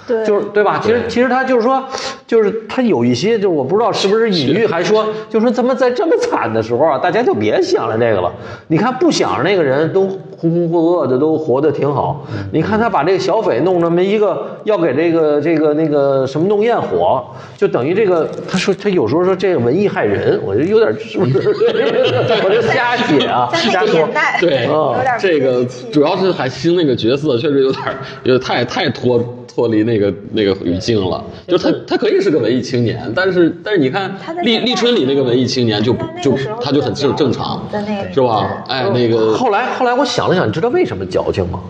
对就是对吧？其实其实他就是说，就是他有一些，就是我不知道是不是隐喻，还说，就说咱们在这么惨的时候啊，大家就别想了这个了。你看不想着那个人都浑浑噩噩的都活得挺好。你看他把这个小匪弄这么一个，要给这个这个那个什么弄焰火，就等于这个他说他有时候说这个文艺害人，我就有点是不是？ (laughs) 我就瞎写啊，在那瞎个说年。代，对有点，这个不接地气主要是海星那个角色确实有点儿，有点太太脱脱离那个那个语境了。就是他他可以是个文艺青年，但是但是你看他在立那个立春里那个文艺青年就不在那个就时候他就很比较正正常在那个，是吧？哎，那个后来后来我想了想，你知道为什么矫情吗？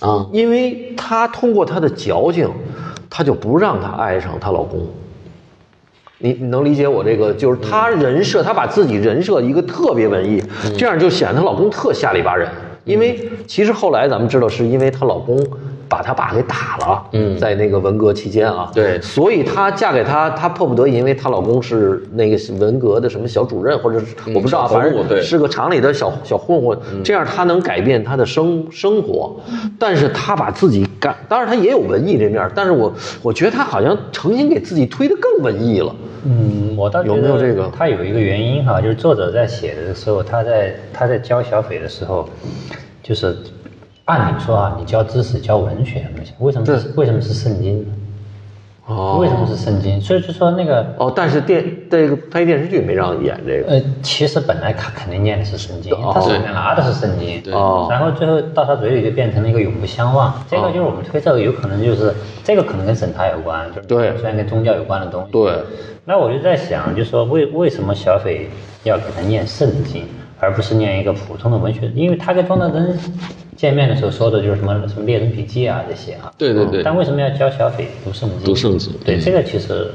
啊，因为她通过她的矫情，她就不让她爱上她老公。你你能理解我这个？就是她人设，她把自己人设一个特别文艺，这样就显得她老公特下里巴人。因为其实后来咱们知道，是因为她老公把她爸给打了，嗯在那个文革期间啊，对所以她嫁给他，她迫不得已，因为她老公是那个文革的什么小主任，或者是我不知道，嗯小头目反正对嗯是个厂里的小小混混，这样他能改变他的生生活，但是他把自己干，当然他也有文艺这面儿，但是我我觉得他好像诚心给自己推得更文艺了，嗯，我倒觉有没有得这个他有一个原因哈，就是作者在写的时候，他在他在教小匪的时候，就是按理说啊，你教知识教文学，为什么是为什么是圣经呢？哦为什么是圣经？所以就说那个哦，但是电这个拍电视剧没让演这个，呃，其实本来他肯定念的是圣经，哦他手里面拿的是圣经，对哦然后最后到他嘴里就变成了一个永不相忘。这个就是我们推测，有可能就是这个可能跟审查有关，就是对虽然跟宗教有关的东西。对，那我就在想，就说为为什么小斐要给他念圣经，而不是念一个普通的文学？因为他跟庄德珍见面的时候说的就是什么什么猎人笔记啊这些啊。对对对但为什么要教小斐读圣经？读圣经对，嗯这个其实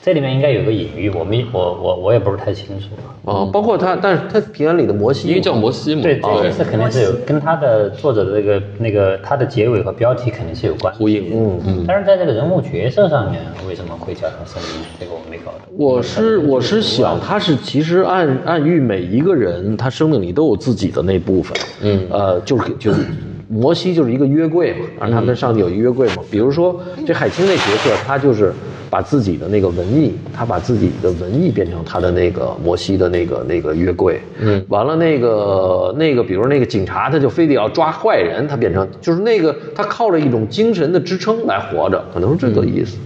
这里面应该有个隐喻，我没我我我也不是太清楚。啊哦，包括他，但是他平原里的摩西，因为叫摩西嘛，啊对，这对件，事肯定是有跟他的作者的这个那个他的结尾和标题肯定是有关。呼应，嗯嗯。但是在这个人物角色上面，为什么会叫成圣经？这个我没搞懂。我是我是想，他是其实暗暗喻每一个人，他生命里都有自己的那部分。嗯，呃，就是就是摩西就是一个约柜嘛，让他跟上帝有一约柜嘛。比如说这海清那角色，他就是把自己的那个文艺，他把自己的文艺变成他的那个摩西的那个那个约柜。嗯，完了那个那个，比如那个警察，他就非得要抓坏人，他变成就是那个他靠着一种精神的支撑来活着，可能是这个意思。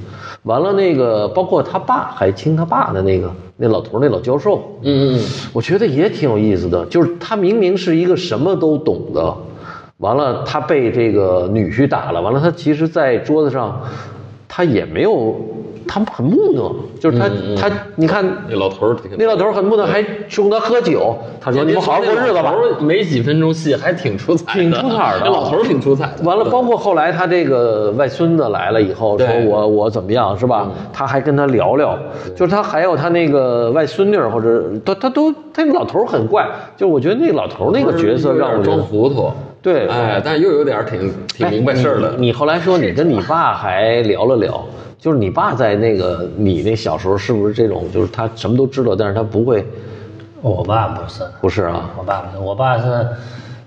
完了，那个包括他爸海清他爸的那个那老头儿那老教授，嗯嗯，我觉得也挺有意思的。就是他明明是一个什么都懂的，完了他被这个女婿打了，完了他其实，在桌子上他也没有，他很木讷，就是嗯他、他你看那老头儿挺那老头儿很木讷，还请他喝酒，他说你们好好过日子吧。那老头儿没几分钟戏，还挺出彩的，挺出彩的那老头儿挺出彩的。完了，对包括后来他这个外孙子来了以后，说对嗯我我怎么样是吧？他还跟他聊聊，就是他还有他那个外孙女儿或者他他都他那老头儿很怪，就我觉得那个老头儿那个角色让我有觉点装得糊涂，对哎，但又有点儿挺挺哎明白事儿的。你你后来说你跟你爸还聊了聊，就是你爸在那个你那小时候是不是这种？就是他什么都知道，但是他不会，我爸不是，不是啊？我爸不是，我爸是，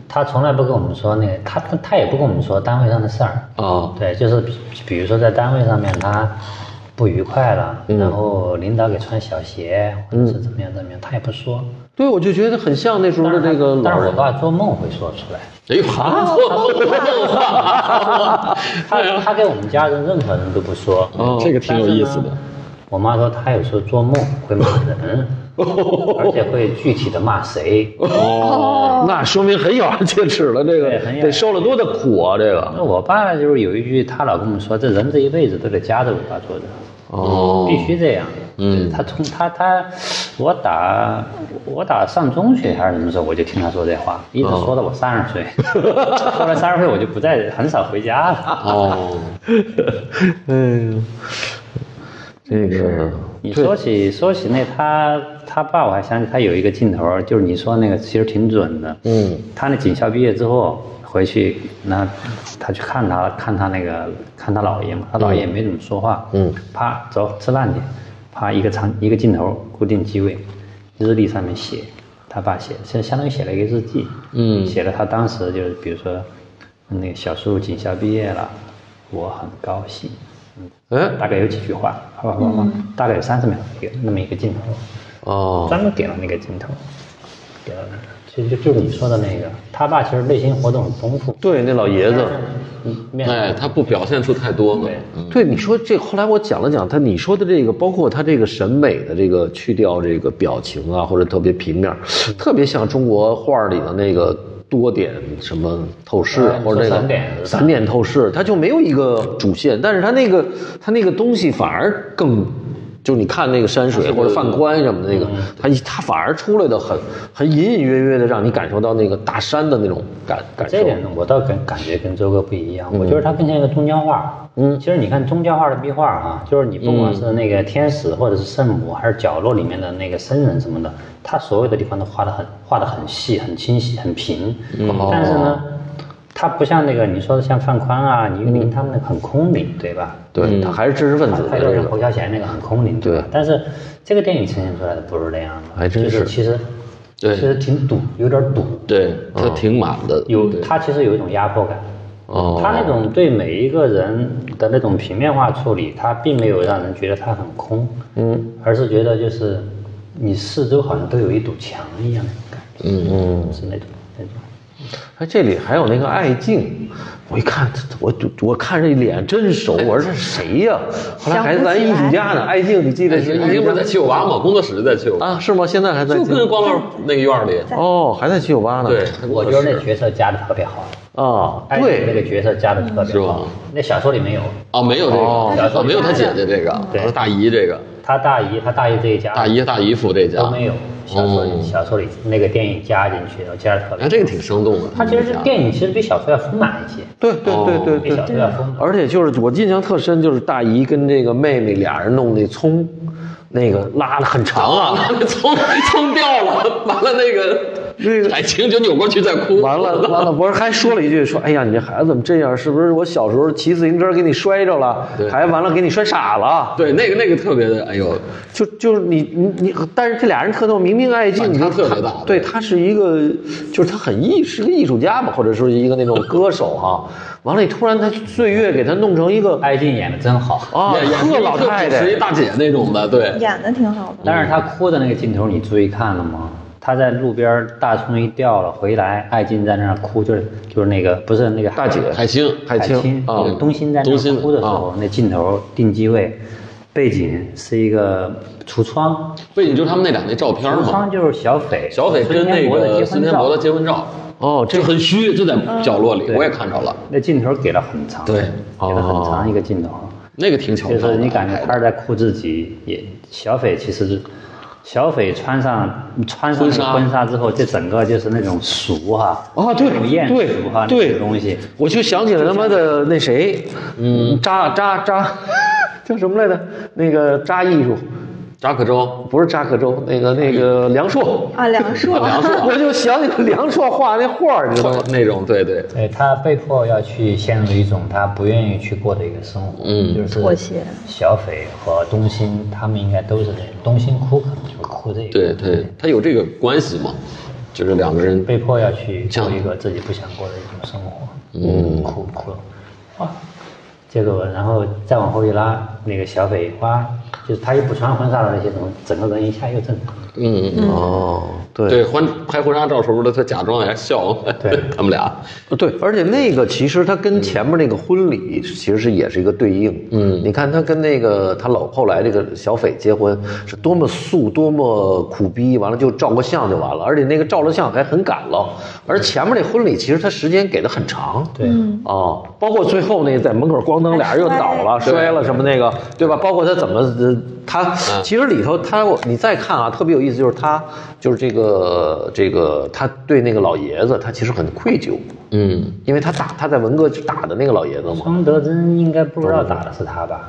他从来不跟我们说那个，他他他也不跟我们说单位上的事儿。啊，对，就是比比如说在单位上面他不愉快了，嗯然后领导给穿小鞋，或者是怎么样怎么样，他也不说。对，我就觉得很像那时候的这嗯个但老是我人。爸做梦会说 (laughs) 出来。哎呦，哈，哦 (laughs) 他他给我们家人任何人都不说，哦哦这个挺有意思的。我妈说她有时候做梦会骂 (laughs) 人，而且会具体的骂谁。哦，那说明很咬牙切齿了，这个对很咬牙得受了多大苦啊，这个。那我爸就是有一句，他老跟我们说，这人这一辈子都得夹着尾巴做人，哦必须这样。嗯，他从他他，我打我打上中学还是什么时候，我就听他说这话，一直说到我三十岁， (laughs) 后来三十岁我就不再很少回家了。哦，哎呦，这个你说起说起那他他爸，我还想起他有一个镜头，就是你说那个其实挺准的。嗯，他那警校毕业之后回去，那他去看他看他那个看他姥爷嘛，他姥爷也没怎么说话。嗯，啪，走吃饭去，啪一个长一个镜头固定机位，日历上面写，他爸写，相相当于写了一个日记。嗯写了他当时就是比如说，那个小树警校毕业了，我很高兴。嗯，哎大概有几句话，好吧，好吧，大概有三十秒一个那么一个镜头，哦，专门给了那个镜头，给了那个其实就就是你说的那个，他爸其实内心活动很丰富，对，那老爷子，嗯面哎，他不表现出太多嘛对，嗯对你说这，后来我讲了讲他，你说的这个，包括他这个审美的这个去掉这个表情啊，或者特别平面儿，嗯特别像中国画儿里的那个多点什么透视啊，或者那个说散点是吧散点透视，它就没有一个主线，但是它那个它那个东西反而更。就你看那个山水或者范宽什么的那个，嗯它一它反而出来的很很隐隐约约的，让你感受到那个大山的那种感感受。嗯这点呢，我倒感感觉跟周哥不一样，我觉得他更像一个宗教画。嗯，其实你看宗教画的壁画啊，就是你不管是那个天使，或者是圣母，还是角落里面的那个僧人什么的，他所有的地方都画的很画的很细、很清晰、很平。嗯但是呢，他不像那个你说的像范宽啊、倪玉林他们那个很空灵，对嗯吧？对，他还是知识分子他的嗯他这就个像。侯孝贤那个很空灵，吧对但是这个电影呈现出来的不是那样的，还真就是其实对其实挺堵，有点堵。对他挺满的，哦哎有对他其实有一种压迫感。哦他那种对每一个人的那种平面化处理，他并没有让人觉得他很空，嗯，而是觉得就是你四周好像都有一堵墙一样的感觉，嗯嗯，是那种那种。哎，这里还有那个艾敬，我一看，我我看这脸真熟，我说这谁呀、后来还咱艺术家呢，艾敬，你记得哎是你艺术不是在家七九八吗？工作室在七九八，啊？是吗？现在还在就七跟九光老那个院儿里，哦，还在七九八呢。对，我觉得那角色加的特别好，啊，艾丽那对，个角色加的特别好是吧，那小说里没有，哦，没有这个，哦哦，没有他姐姐这个，对他大姨这个，他大姨他大姨这一家大姨大姨夫这家都没有，小说哦里小说里那个电影加进去，然后加的特别哎，好。这个挺生动的。哦他其实这电影其实比小说要丰满一些，对对对对比对小说要丰满。而且就是我印象特深，就是大姨跟这个妹妹俩人弄那葱，那个拉的很长啊，啊， (laughs) 葱葱掉了，完了那个哎那个海清就扭过去在哭，完了完了，不是还说了一句说，哎呀，你这孩子怎么这样？是不是我小时候骑自行车给你摔着了对，还完了给你摔傻了？ (laughs) 对，那个那个特别的，哎呦，就就是你你你，但是这俩人特逗，明明爱敬，反你就差特别看大对对他是一个，就是他很艺是个艺术家吧，或者说是一个那种歌手哈、完了，你突然他岁月给他弄成一个艾敬演的真好，啊演演特老太是一太，大姐那种的，对，演的挺好的。但是他哭的那个镜头你注意看了吗？他在路边儿大葱一掉了回来，艾敬在那儿哭，就是就是那个不是那个大姐海清，海清啊就是东兴在那东啊兴儿哭的时候，那镜头定机位，背景是一个橱窗，背景就是他们那俩那照片橱嘛，窗就是小斐，小斐跟那个孙孙天天博博的的结结婚婚照，嗯照，哦，这就很虚，就在角落里，对我也看着了，那镜头给了很长，对哦给了很长一个镜头。那个挺巧就妙的，是你感觉他是在哭自己，也小斐其实是小斐穿上穿上那个婚纱婚纱之后，这整个就是那种俗哈啊对那种艳对俗哈对那种东西，我就想起了他妈的那谁，嗯，扎扎扎，叫什么来着？那个扎艺术，扎克周，不是扎克周，那个那个梁硕，啊，梁硕，梁硕 (laughs) 我就想起了梁硕画那画儿，你知道吗？那种，对对，对他被迫要去陷入一种他不愿意去过的一个生活，嗯就是妥协小斐和东兴他们应该都是这样，东兴哭可能就是哭这个，对对，他有这个关系嘛，就是两个人被迫要去过一个自己不想过的一种生活，嗯，哭哭了，啊，结果然后再往后一拉，那个小北花就是她又不穿婚纱的那些东西，整个人一下又正常了。嗯嗯嗯。哦，对对，婚拍婚纱照时候的他假装还笑， (laughs) 他们俩，对，而且那个其实它跟前面那个婚礼其实是也是一个对应。嗯，你看她跟那个她老后来这个小斐结婚是多么素，多么苦逼，完了就照个相就完了，而且那个照了相还很赶了。而前面那婚礼其实它时间给的很长。对，啊，包括最后那在门口咣当俩人又倒了、摔摔了什么那个，对吧？包括他怎么，呃他其实里头他你再看啊，特别有意思，就是他就是这个这个他对那个老爷子，他其实很愧疚，嗯，因为他打他在文革打的那个老爷子嘛。庄德珍应该不知道打的是他吧？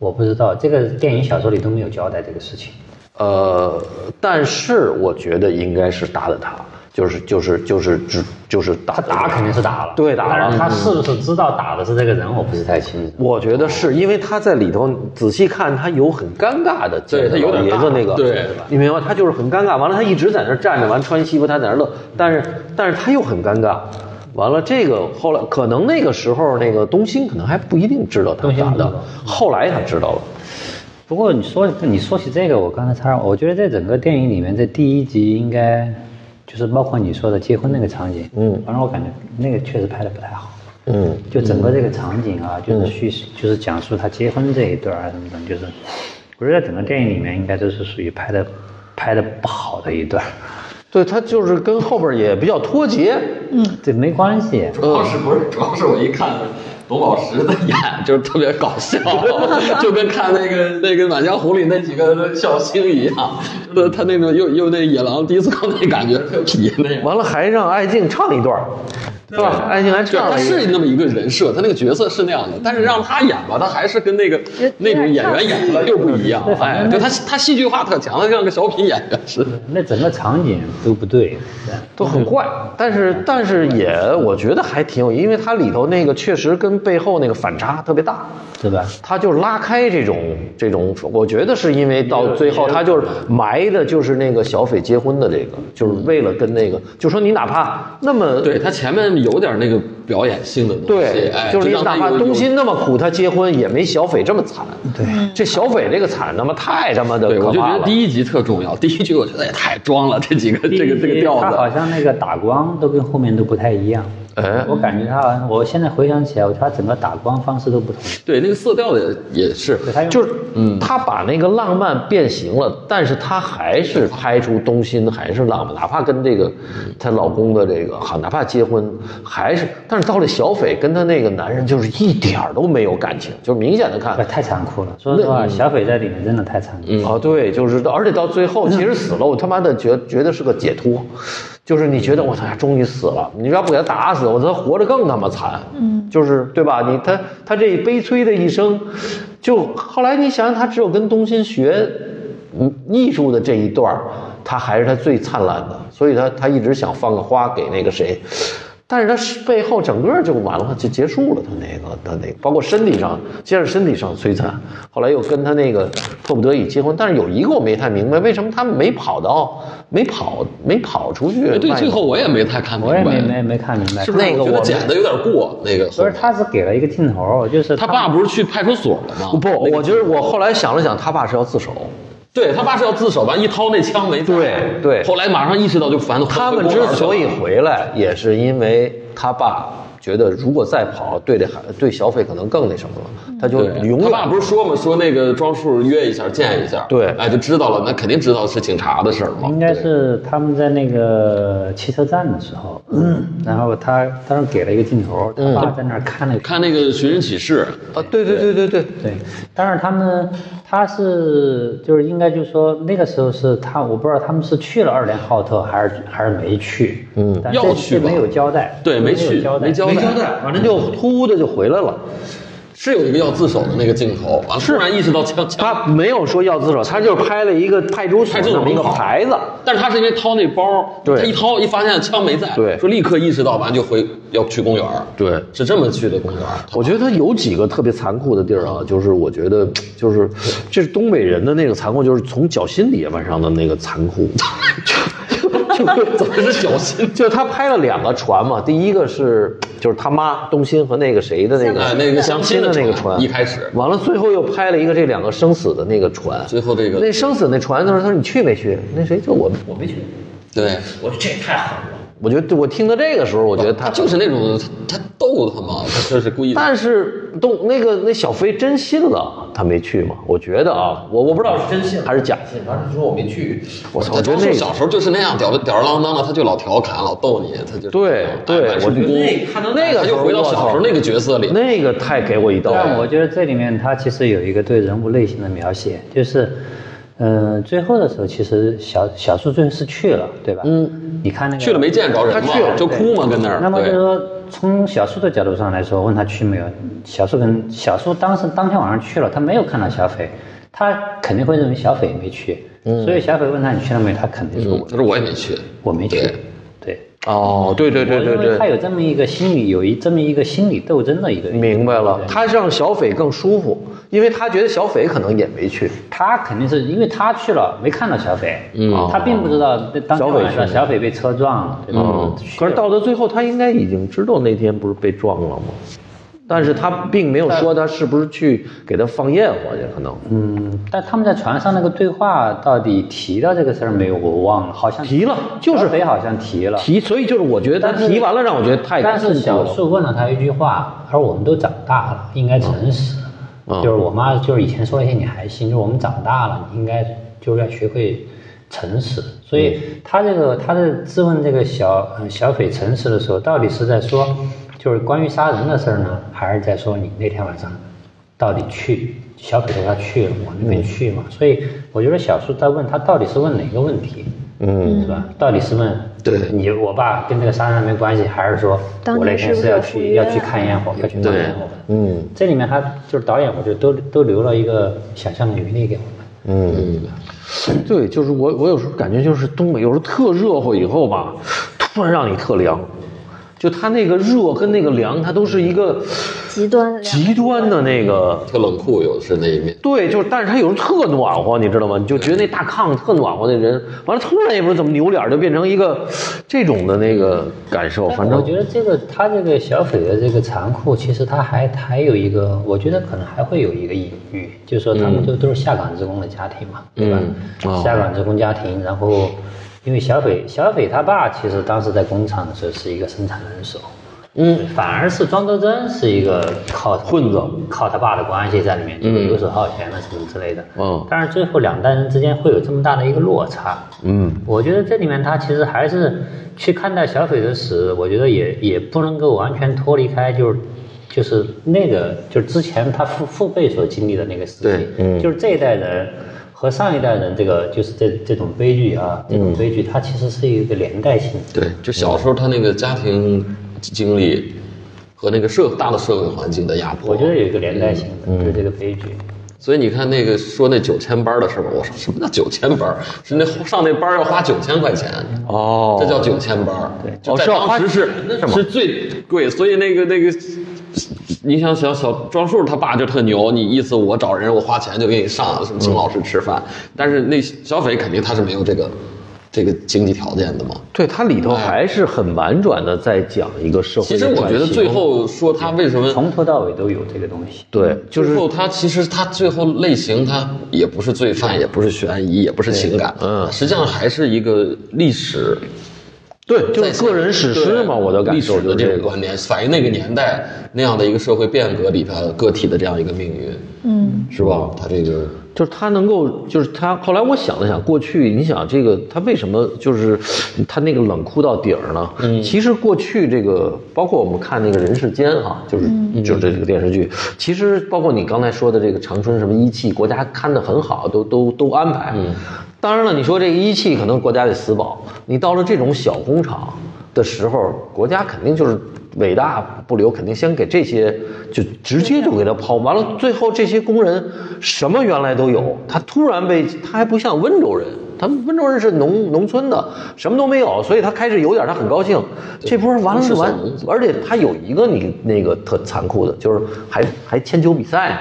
我不知道，这个电影小说里都没有交代这个事情。呃，但是我觉得应该是打的他，就是就是就是只就是打他的打肯定是打了，对打了但是他是不是知道打的是这个人，我不是太清楚。我觉得是因为他在里头仔细看，他有很尴尬的，对他有点老爷尬子那个，对你明白吗？他就是很尴尬。完了，他一直在那儿站着，完穿西服他在那儿乐，但是但是他又很尴尬。完了，这个后来可能那个时候那个东兴可能还不一定知道他东兴打不知道的，后来他知道了。不过你说你说起这个，我刚才插上，我觉得在整个电影里面，这第一集应该就是包括你说的结婚那个场景，嗯反正我感觉那个确实拍的不太好。嗯就整个这个场景啊，就是叙事，就是讲述他结婚这一段啊什么的，就是我觉得在整个电影里面应该都是属于拍的拍的不好的一段儿， (laughs) 对他就是跟后边也比较脱节，这没关系。主要是不是，主要是我一看董宝石的演， (laughs) 就是特别搞笑， (laughs) 就跟看那个 (laughs) 那个《满江红》里那几个笑星一样，他他那种又又那野狼迪斯科那感觉，特皮那样。完了还让艾静唱一段，是吧？艾静还对，唱他了一是那么一个人设，他那个角色是那样的，但是让他演吧，他还是跟那个那种演员演出来又不一样。哎，就他他戏剧化特强，他像个小品演员似的。那整个场景都不对，对都嗯很怪，但是但是也我觉得还挺有意思，因为它里头那个确实跟背后那个反差特别大，对吧？他就拉开这种这种，我觉得是因为到最后他就是埋的就是那个小斐结婚的这个，就是为了跟那个，就说你哪怕那么对他前面有点那个表演性的东西，对哎，，就是你让他哪怕有东新那么苦，他结婚也没小斐这么惨。对，这小斐这个惨他妈太他妈的对，可我就怕觉了得。第一集特重要。第一集我觉得也太装了，这几个这个这个调他好子，像那个打光都跟后面都不太一样。哎，我感觉他好像，我现在回想起来，我觉得他整个打光方式都不同。对那个色调也也是。对他用嗯就是，他把那个浪漫变形了，但是他还是拍出东新还是浪漫，哪怕跟这个她老公的这个哈，哪怕结婚还是，但是到了小斐跟她那个男人就是一点儿都没有感情，就是明显的看不，太残酷了。说实话，嗯小斐在里面真的太残酷。了。啊，对，就是到，而且到最后，其实死了，我他妈的觉觉得是个解脱，就是你觉得我操，终于死了，你要不给他打死，我他活着更他妈惨，嗯，就是对吧？你他他这悲催的一生，就后来你想想，他只有跟东新学，嗯，艺术的这一段儿，他还是他最灿烂的，所以他他一直想放个花给那个谁。但是他是背后整个就完了，就结束了。他那个，他那个，包括身体上，先是身体上摧残，后来又跟他那个迫不得已结婚。但是有一个我没太明白，为什么他没跑到，没跑，没跑出去外对头？对，最后我也没太看明我也白，没没没看明白，是不是？那个我觉我得剪的有点过，那个不是他是给了一个镜头，就是他爸不是去派出所了吗？不，我觉得我后来想了想，他爸是要自首。对他爸是要自首，完一掏那枪没在对对后来马上意识到就烦了。他们之所以回来，也是因为他爸觉得如果再跑，对这孩对小斐可能更那什么了，他就对，永他远啊爸不是说嘛，说那个庄树约一下见一下，对嗯哎就知道了，那肯定知道是警察的事儿嘛。应该是他们在那个汽车站的时候，嗯，然后他当时给了一个镜头，他嗯爸在那儿看了看那个寻人启事，啊，对对对对对，对，但是他们他是就是应该就是说那个时候是他，我不知道他们是去了二连浩特还是还是没去，嗯，但要这去这没吧有交代，对没去有交代，没交没代交代，反正就突的就回来了。是有一个要自首的那个镜头，完了突然意识到枪枪他没有说要自首，他就是拍了一个派出所派出所那么一个门口牌子。但是他是因为掏那包，对他一掏一发现枪没在，对说立刻意识到，完就回要去公园儿，对是这么去的公园儿。我觉得他有几个特别残酷的地儿啊，就是我觉得， (sniffs) 就是这是东北人的那个残酷，就是从脚心底下往上的那个残酷， (laughs) 就就就 (laughs) 怎么是脚心？就他拍了两个船嘛，第一个是就是他妈东新和那个谁的那个哎，那个相相亲亲的的那个船船，一开始完了最后又拍了一个这两个生死的那个船，最后这个那生死那船的时候，他说你去没去？那谁就我我没去。对，我说这也太狠了。我觉得我听到这个时候，我觉得他他就是那种他他逗他嘛，他就是故意的。但是东那个那小飞真信了，他没去嘛？我觉得啊，我我不知道是真信还是假信，反正说我没去。我操，我觉得庄那树个小时候就是那样吊儿吊儿郎当的，他就老调侃，老逗你，他就是对对哎满世我觉得不公那个看到那个他时就候回到我操小时候那个角色里，那个太给我一刀但了。我觉得这里面它其实有一个对人物类型的描写，就是，呃，最后的时候其实小小树最后是去了，对吧？嗯，你看那个去了没见着人他去了嘛，就哭嘛，跟那儿。那么就是对，说，从小树的角度上来说，问他去没有，小树跟小树当时当天晚上去了，他没有看到小斐，他肯定会认为小斐没去，嗯所以小斐问他你去了没有，他肯定说嗯我、他说我也没去，我没去对，对。哦，对对对对我认为他对，有这么一个心理，有一这么一个心理斗争的一个。明白了，他让小斐更舒服，因为他觉得小斐可能也没去。他肯定是因为他去了，没看到小斐，嗯他并不知道那当天晚哦小斐上去哦小斐被嗯车撞了，对吧？可是到了最后，他应该已经知道那天不是被撞了吗？但是他并没有说他是不是去给他放焰火去，可能嗯，但他们在船上那个对话到底提到这个事儿没有？我忘了，好像提了就是小北好像提了。提，所以就是我觉得他但是提完了，让我觉得太但是痛苦小了。树问了他一句话，他说：“我们都长大了，应该诚实。嗯就是我妈就是以前说那些你还信，就是我们长大了，你应该就是要学会诚实。所以他这个他在质问这个小呃小斐诚实的时候，到底是在说就是关于杀人的事儿呢，还是在说你那天晚上到底去小斐说他去了，我那边去嘛？所以我觉得小树在问他到底是问哪个问题，嗯是吧？到底是问对你我爸跟这个杀人案没关系，还是说当我年那天是不是是要有赴去约要去看烟火，要去看对烟火的？嗯这里面他就是导演，我觉得都都留了一个想象的余地给我们。嗯，嗯，对，就是我我有时候感觉就是东北有时候特热乎以后吧，突然让你特凉，就他那个热跟那个凉，它都是一个极端极端的嗯那个。特冷酷有的是那一面。对，就是，但是他有时候特暖和，你知道吗？你就觉得那大炕特暖和，那人完了，突然也不知道怎么扭脸，就变成一个这种的那个感受。哎反但正我觉得这个他这个小斐的这个残酷，其实他还还有一个，我觉得可能还会有一个隐喻，就是说他们都、都是下岗职工的家庭嘛，对吧？嗯哦下岗职工家庭，然后因为小斐小斐他爸其实当时在工厂的时候是一个生产人手。嗯，反而是庄周真是一个靠混子，靠他爸的关系在里面，就是游手好闲啊什么之类的。嗯但是最后两代人之间会有这么大的一个落差。嗯，我觉得这里面他其实还是去看待小斐的死，我觉得也也不能够完全脱离开，就是就是那个就是之前他父父辈所经历的那个事情对，嗯就是这一代人。和上一代人这个就是这这种悲剧啊，这嗯种悲剧它其实是一个连带性的。对，就小时候他那个家庭经历和那个社大的社会环境的压迫，我觉得有一个连带性嗯的，就是这个悲剧。所以你看那个说那九千班的事儿吧，我说什么叫九千班？是那上那班要花九千块钱，哦，这叫九千班。对，就哦在是要花当时是是吗是最贵，所以那个那个，你想想小庄树他爸就特牛，你意思我找人我花钱就给你上什么嗯请老师吃饭，但是那小斐肯定他是没有这个这个经济条件的嘛。对，它里头还是很婉转的在讲一个社会嗯其的实我觉得转型最后说他为什么从头到尾都有这个东西。对，就最是后他其实他最后类型他也不是罪犯，也不是悬疑，也不是情感，嗯实际上还是一个历史，对，就在是个人史诗嘛，对我的感历受史就的是这种个。观点，反映那个年代那样的一个社会变革里边个体的这样一个命运，嗯，是吧？他这个就是他能够，就是他。后来我想了想，过去你想这个他为什么就是他那个冷酷到底儿呢？嗯，其实过去这个，包括我们看那个《人世间》哈，就是、就是这个电视剧，其实包括你刚才说的这个长春什么一汽，国家看得很好，都都都安排。嗯，当然了，你说这个一汽可能国家得死保，你到了这种小工厂的时候，国家肯定就是伟大不留，肯定先给这些就直接就给他抛完了。最后这些工人什么原来都有，他突然被他还不像温州人，他们温州人是农农村的，什么都没有，所以他开始有点他很高兴。这波人完了都是小完农，而且他有一个你那个特残酷的，就是还还铅球比赛呢，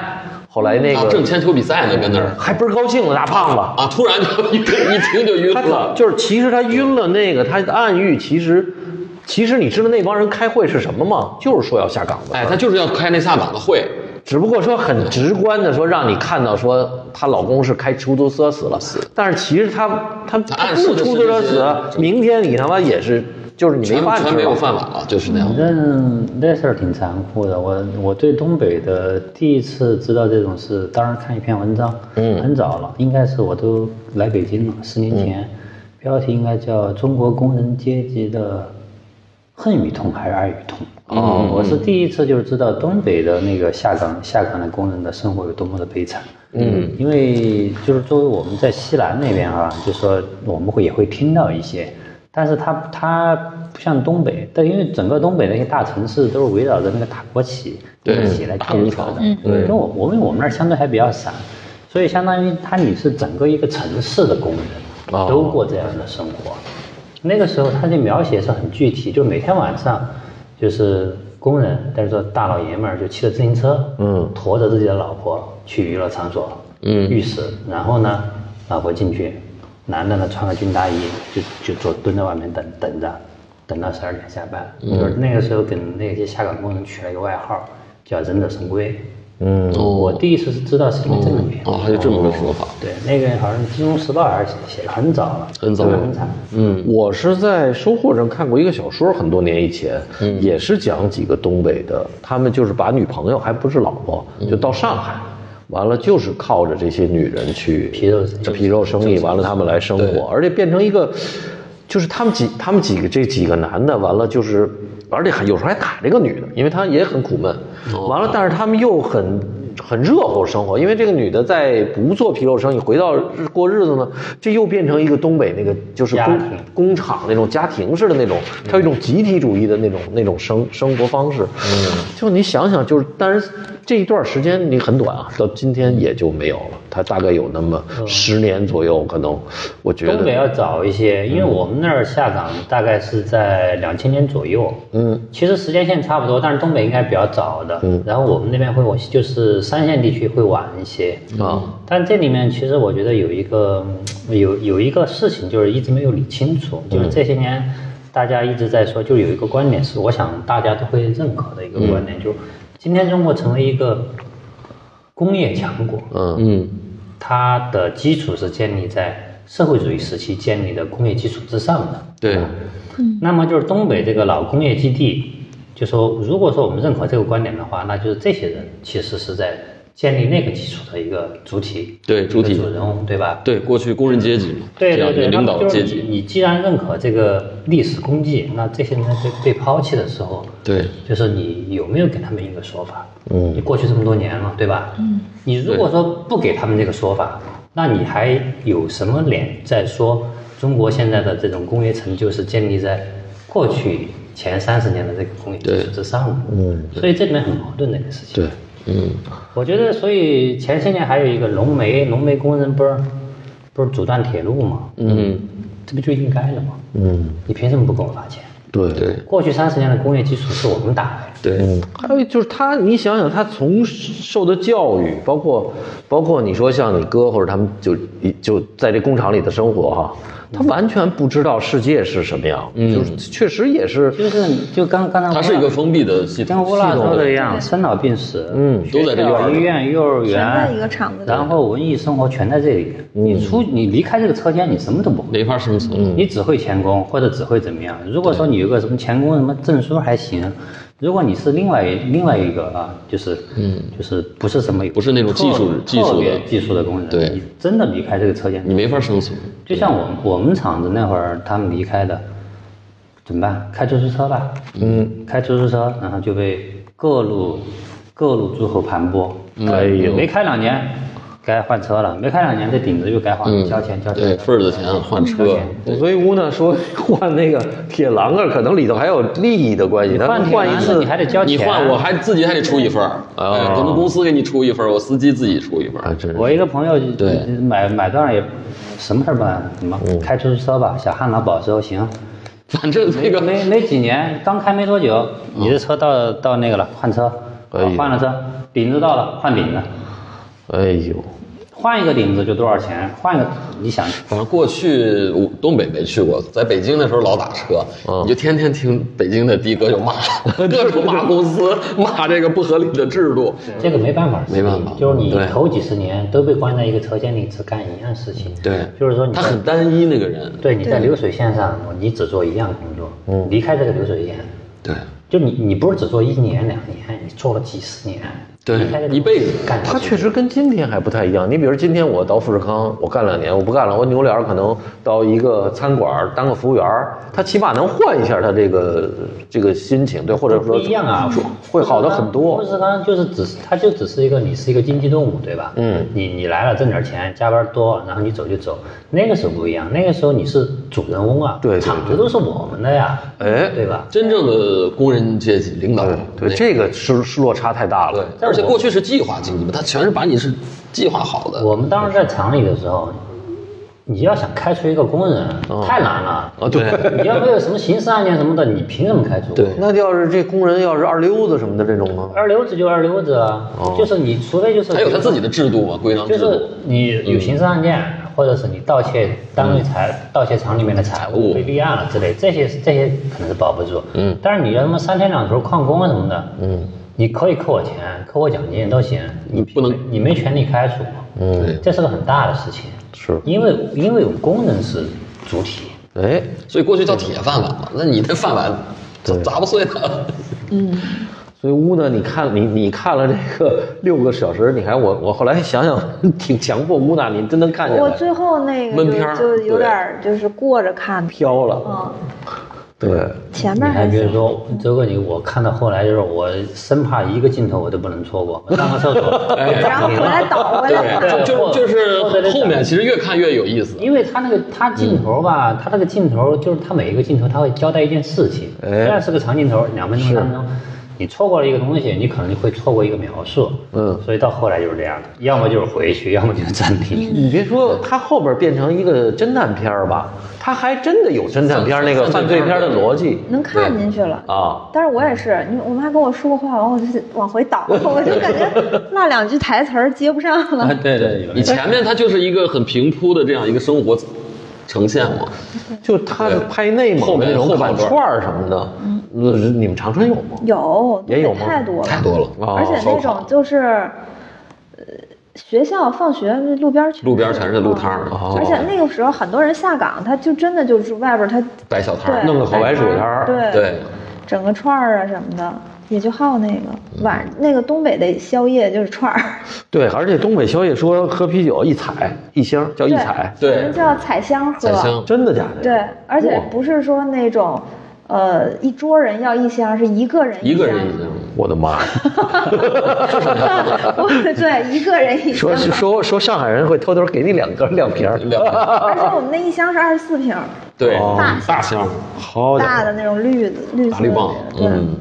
后来那啊个正铅球比赛呢，跟那儿还倍儿高兴了，大胖子。啊，突然就一听一听就晕他了，就是其实他晕了那个，他暗喻其实，其实你知道那帮人开会是什么吗？就是说要下岗的，哎，他就是要开那下岗的会，只不过说很直观的说让你看到说她老公是开出租车死了，但是其实他他他他暗示不的是出租车这些死，明天你他妈也是就是你没全饭全吃没有了。饭碗了，就是那样反。正那事儿挺残酷的。我我对东北的第一次知道这种事，当然看一篇文章，嗯，很早了，应该是我都来北京了，十年前，标题应该叫《中国工人阶级的恨与痛还是爱与痛》。哦，我是第一次就是知道东北的那个下岗下岗的工人的生活有多么的悲惨。嗯，因为就是作为我们在西南那边啊，就说我们会也会听到一些，但是它它不像东北，但因为整个东北那些大城市都是围绕着那个大国企对起来大建工设厂的，因为我我们我们那儿相对还比较散，所以相当于它你是整个一个城市的工人，都过这样的生活。那个时候他的描写是很具体，就每天晚上就是工人，但是说大老爷们儿就骑着自行车，嗯，驮着自己的老婆去娱乐场所，嗯，浴室，然后呢，老婆进去，男的呢穿个军大衣，就就坐蹲在外面等等着，等到十二点下班。嗯，那个时候给那些下岗工人取了一个外号叫忍者神龟。嗯我第一次是知道神龟这个名字。哦，还有这么个说法，对，那个好像《金融时报》还是写的很早了，很早很早。嗯，我是在收获上看过一个小说，很多年以前，嗯也是讲几个东北的，他们就是把女朋友还不是老婆，嗯就到上海，完了就是靠着这些女人去皮肉生意皮肉生意，完了他们来生对活，而且变成一个，就是他们几他们几个这几个男的，完了就是，而且还有时候还打这个女的，因为她也很苦闷，哦完了，但是他们又很。很热乎生活，因为这个女的在不做皮肉生意，回到日过日子呢，这又变成一个东北那个就是家工庭工厂那种家庭式的那种，它有一种集体主义的那种那种生生活方式。嗯，就你想想，就是当然这一段时间你很短啊，到今天也就没有了。它大概有那么十年左右，可能我觉东得，北要早一些，因为我们那儿下岗大概是在两千年左右。嗯，其实时间线差不多，但是东北应该比较早的。嗯然后我们那边会晚，就是三线地区会晚一些。啊，但这里面其实我觉得有一个嗯有有一个事情就是一直没有理清楚，嗯就是这些年大家一直在说，就有一个观点是我想大家都会认可的一个观嗯点，就今天中国成为一个工业强国，嗯嗯它的基础是建立在社会主义时期建立的工业基础之上的。对，嗯那么就是东北这个老工业基地，就说如果说我们认可这个观点的话，那就是这些人其实是在建立那个基础的一个主体，对主体一个主人翁，对吧？对，过去工人阶级嘛，对这对样对，的领那导么就是阶你级，你既然认可这个历史功绩，那这些人被被抛弃的时候，对就是你有没有给他们一个说法？嗯，你过去这么多年了，对吧？嗯，你如果说不给他们这个说法，那你还有什么脸再说中国现在的这种工业成就是建立在过去前三十年的这个工业基础之上的？嗯，所以这里面很矛盾的一个事情。对，嗯，我觉得，所以前些年还有一个龙煤，龙煤工人不是不是阻断铁路吗？嗯，这不就应该了吗？嗯，你凭什么不给我发钱？对对过去三十年的工业基础是我们打的，对还有就是他，你想想他从受的教育，包括包括你说像你哥或者他们就就在这工厂里的生活哈、他完全不知道世界是什么样，就是确实也是就是就刚刚才它是一个封闭的系跟统，乌系拉统说的的一样，生老病死，嗯学校都在这院儿里医院、幼儿全在一个园，厂子里。然后文艺生活全在这里。嗯你出你离开这个车间，你什么都不会。没法生存。你只会钳工或者只会怎么样？如果说你有个什么钳工什么证书还行，如果你是另外另外一个啊，就是嗯，就是不是什么有不是那种技术特技术的特别技术的工人，对你真的离开这个车间，你没法生存，就像嗯我们我们厂子那会儿他们离开的，怎么办？开出租车吧，嗯，开出租车，然后就被各路各路诸侯盘剥，嗯哎呦没开两年。该换车了，没开两年这顶子又该换，了，交钱交嗯对钱，份儿的钱换车，所以乌呢说换那个铁栏杆，可能里头还有利益的关系，他换们铁换一栏子次你还得交钱。你换我还自己还得出一份儿，哎，咱们公司给你出一份儿，我司机自己出一份啊，儿，真是我一个朋友对嗯买买断了也什么事儿办，什么开出租车吧，小汉老保时候行，反正那个没没几年，刚开没多久，你的车到到那个了，换车，哎呀换了车，顶子到了，换顶子，哎呦，换一个顶子就多少钱？换一个你想反正过去我东北没去过，在北京那时候老打车，你就天天听北京的逼哥就骂，各种骂公司，骂这个不合理的制度。这个没办法，没办法就是你对头几十年都被关在一个车间里，只干一样事情，对就是说你他在很单一那个人，对你在流水线上，你只做一样工作，嗯离开这个流水线，对就你你不是只做一年两年，你做了几十年，对离开这个一辈子干他确实实跟今天还不太一样。你比如今天我到富士康，我干两年，我不干了，我扭脸儿可能到一个餐馆儿当个服务员儿，他起码能换一下他这个这个心情，对，或者不说一样啊，会好的很富多。士康就是只是它就只是一个你是一个经济动物，对吧？嗯，你你来了挣点钱，加班多，然后你走就走。那个时候不一样，那个时候你是主人翁啊，对对对厂子都是我们的呀，哎对吧？真正的工人阶级领导，对，这个是是落差太大对了。，而且过去是计划经济嘛，他全是把你是计划好的。我们当时在厂里的时候，你要想开除一个工人，太难了。啊，对。你要没有什么刑事案件什么的，你凭什么开除？对那要是这工人要是二溜子什么的这种呢？二流子就二流子啊，哦就是你除非就是还有他自己的制度嘛，规章就制是度。你有刑事案件，或者是你盗窃单位财、盗窃厂里面的财物物被立案了之类，这些这些可能是保不住。嗯，但是你要他妈三天两头旷工啊什么的，嗯，你可以扣我钱，扣我奖金都行，你不能你没权利开除我，对，这是个很大的事情，是，因为因为有工人是主体，哎，所以过去叫铁饭碗嘛，那你这饭碗砸砸不碎的。所以乌呢，你看你你看了这个 (laughs) 六个小时，你看我我后来想想 (laughs) 挺强迫乌娜，你真能看见我最后那闷片个儿就就有对点儿就是过着看的，飘了，嗯，对，前你面还还别行，说，周哥你我看到后来就是我生怕一个镜头我都不能错过，我上个厕所，然后回来倒回来，(laughs) 对就或就是或者得后面找其实越看越有意思。因为他那个他镜头吧，他这个镜头就是他每一个镜头他会交代一件事情，哎虽然是个长镜头，两分钟三分钟，你错过了一个东西，你可能就会错过一个描述，嗯所以到后来就是这样的，要么就是回去，要么就是暂停。你别说，它后边变成一个侦探片儿吧，它还真的有侦探片儿那个犯罪片儿的逻辑能看进去了。啊。但是我也是，你我妈跟我说过话，完我就往回倒，我就感觉那两句台词儿接不上了。对对，有你前面它就是一个很平铺的这样一个生活呈现嘛，就他拍内后蒙面那种后烤半段串儿什么的，嗯，你们长春有吗？有也有吗太多了，太多了。啊而且那种就是，呃，学校放学路边儿全路边儿全是路摊儿嗯哦而且那个时候很多人下岗，他就真的就是外边儿他摆小摊儿，对弄个烤白薯摊儿对对，整个串儿啊什么的，也就好那嗯个晚那个东北的宵夜就是 (laughs) 串儿，对，而且东北宵夜说喝啤酒一踩一箱叫一踩，对我们叫采香喝，宰相真的假的？对，而且哇不是说那种。呃，一桌人要一箱，是一个人一个人箱一样。我的 (laughs) 妈！我对，一 (laughs) 个人一说。箱说说上海人会偷偷给你两根两瓶儿，两个而且我们那一箱是二十四瓶儿，对哦大箱儿，好家伙大的那种绿的绿色大的绿棒，对嗯，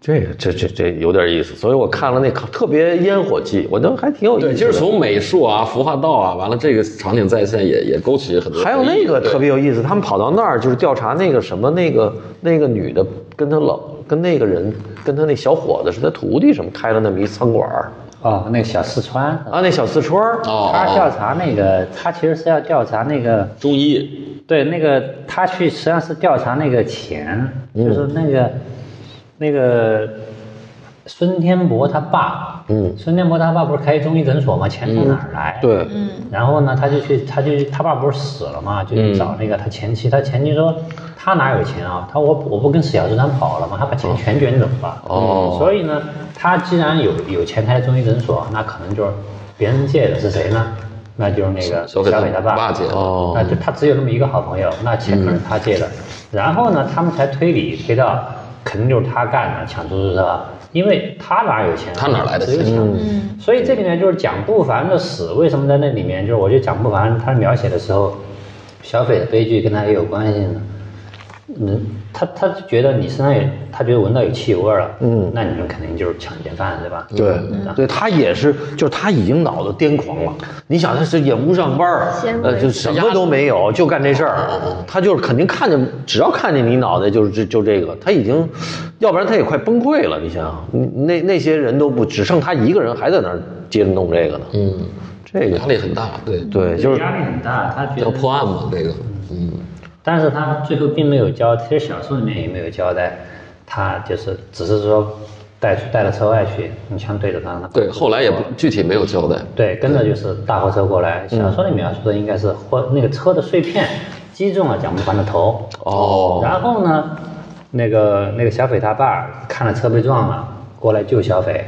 这个这这这有点意思，所以我看了那个特别烟火气，我觉得还挺有意思的。对，就是从美术啊、服化道啊，完了这个场景再现也也勾起很多回忆。还有那个对特别有意思，他们跑到那儿就是调查那个什么那个那个女的跟她老跟那个人跟她那小伙子是他徒弟什么开了那么一餐馆儿哦，那个小四川，啊，那小四川儿哦，他哦调查那个，他其实是要调查那个，中医对，那个他去实际上是调查那个钱，就是那个、那个孙天博他爸，嗯孙天博他爸不是开中医诊所吗？钱从哪儿来？对，嗯然后呢，他就去，他就他爸不是死了嘛，就去找那个他前妻，他前妻说他哪有钱啊？他我我不跟史小石他跑了吗？他把钱全卷走了。哦所以呢，他既然有有钱开中医诊所，那可能就是别人借的是谁呢？那就是那小个小给给他他爸借的哦那就他只有那么一个好朋友，那钱嗯可能是他借的。然后呢，他们才推理推到，肯定就是他干的抢出租车，因为他哪有钱啊？他哪来的只有钱嗯抢所以这里面就是蒋不凡的死为什么在那里面？就是我觉得蒋不凡他描写的时候，小斐的悲剧跟他也有关系呢。嗯，他他觉得你身上有，他觉得闻到有汽油味儿了，嗯，那你们肯定就是抢劫犯对吧？对，嗯对他也是，就是他已经脑子癫狂了。你想，他是也不上班儿先，入呃，为就主什么都没有，就干这事儿。嗯他就是肯定看见，只要看见你脑袋就是这就这个，他已经，要不然他也快崩溃了。你想想，那那些人都不，只剩他一个人还在那儿接着弄这个呢。嗯，这个压力很大，对，对，就是压力很大，他觉要破案嘛，这个，嗯，但是他最后并没有交，其实小说里面也没有交代，他就是只是说带出带到车外去，用枪对着他，他对，后来也不具体没有交代，对，跟着就是大货车过来。小说里描述的应该是或那个车的碎片击中了蒋不凡的头，哦然后呢，那个那个小斐他爸看了车被撞了，过来救小斐，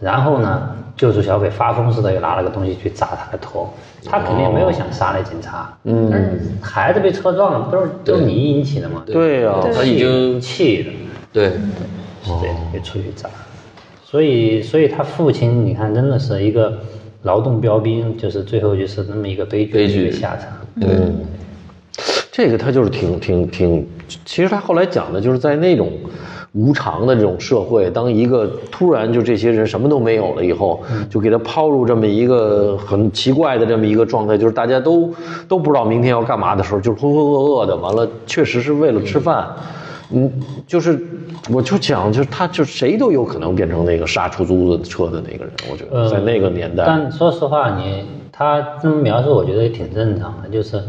然后呢救出小斐，发疯似的又拿了个东西去砸他的头，他肯定没有想杀那警察，嗯，孩子被车撞了，都是都是你引起的嘛，对啊呀、他已经气的，对，是这样，就出去砸。所以，所以他父亲，你看，真的是一个劳动标兵，就是最后就是那么一个悲剧，悲剧一个下场。嗯，这个他就是挺挺挺，其实他后来讲的就是在那种无常的这种社会，当一个突然就这些人什么都没有了以后，就给他抛入这么一个很奇怪的这么一个状态，就是大家都都不知道明天要干嘛的时候，就是浑浑噩噩的，完了确实是为了吃饭。嗯，就是，我就讲，就是他，就谁都有可能变成那个杀出租的车的那个人。我觉得嗯在那个年代，但说实话，你他这么描述，我觉得也挺正常的，就是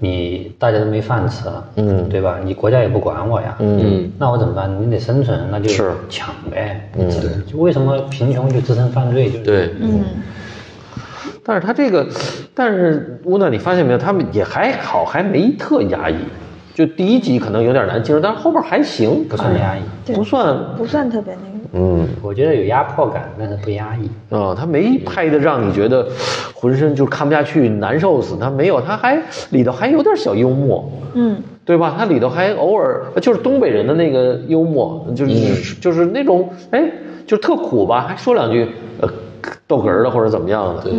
你大家都没饭吃了，嗯对吧？你国家也不管我呀，嗯，那我怎么办？你得生存，那就是抢呗，嗯就就为什么贫穷就滋生犯罪？就是对，嗯，但是他这个，但是乌娜，你发现没有，他们也还好，还没特压抑。就第一集可能有点难接受，但是后边还行，不算压抑。对不算，不算特别那个，嗯我觉得有压迫感，但是不压抑。啊，他没拍的让你觉得浑身就看不下去、难受死，他没有，他还里头还有点小幽默，嗯，对吧？它里头还偶尔就是东北人的那个幽默，就是、嗯就是那种哎，就特苦吧，还说两句呃逗哏儿的或者怎么样的。对，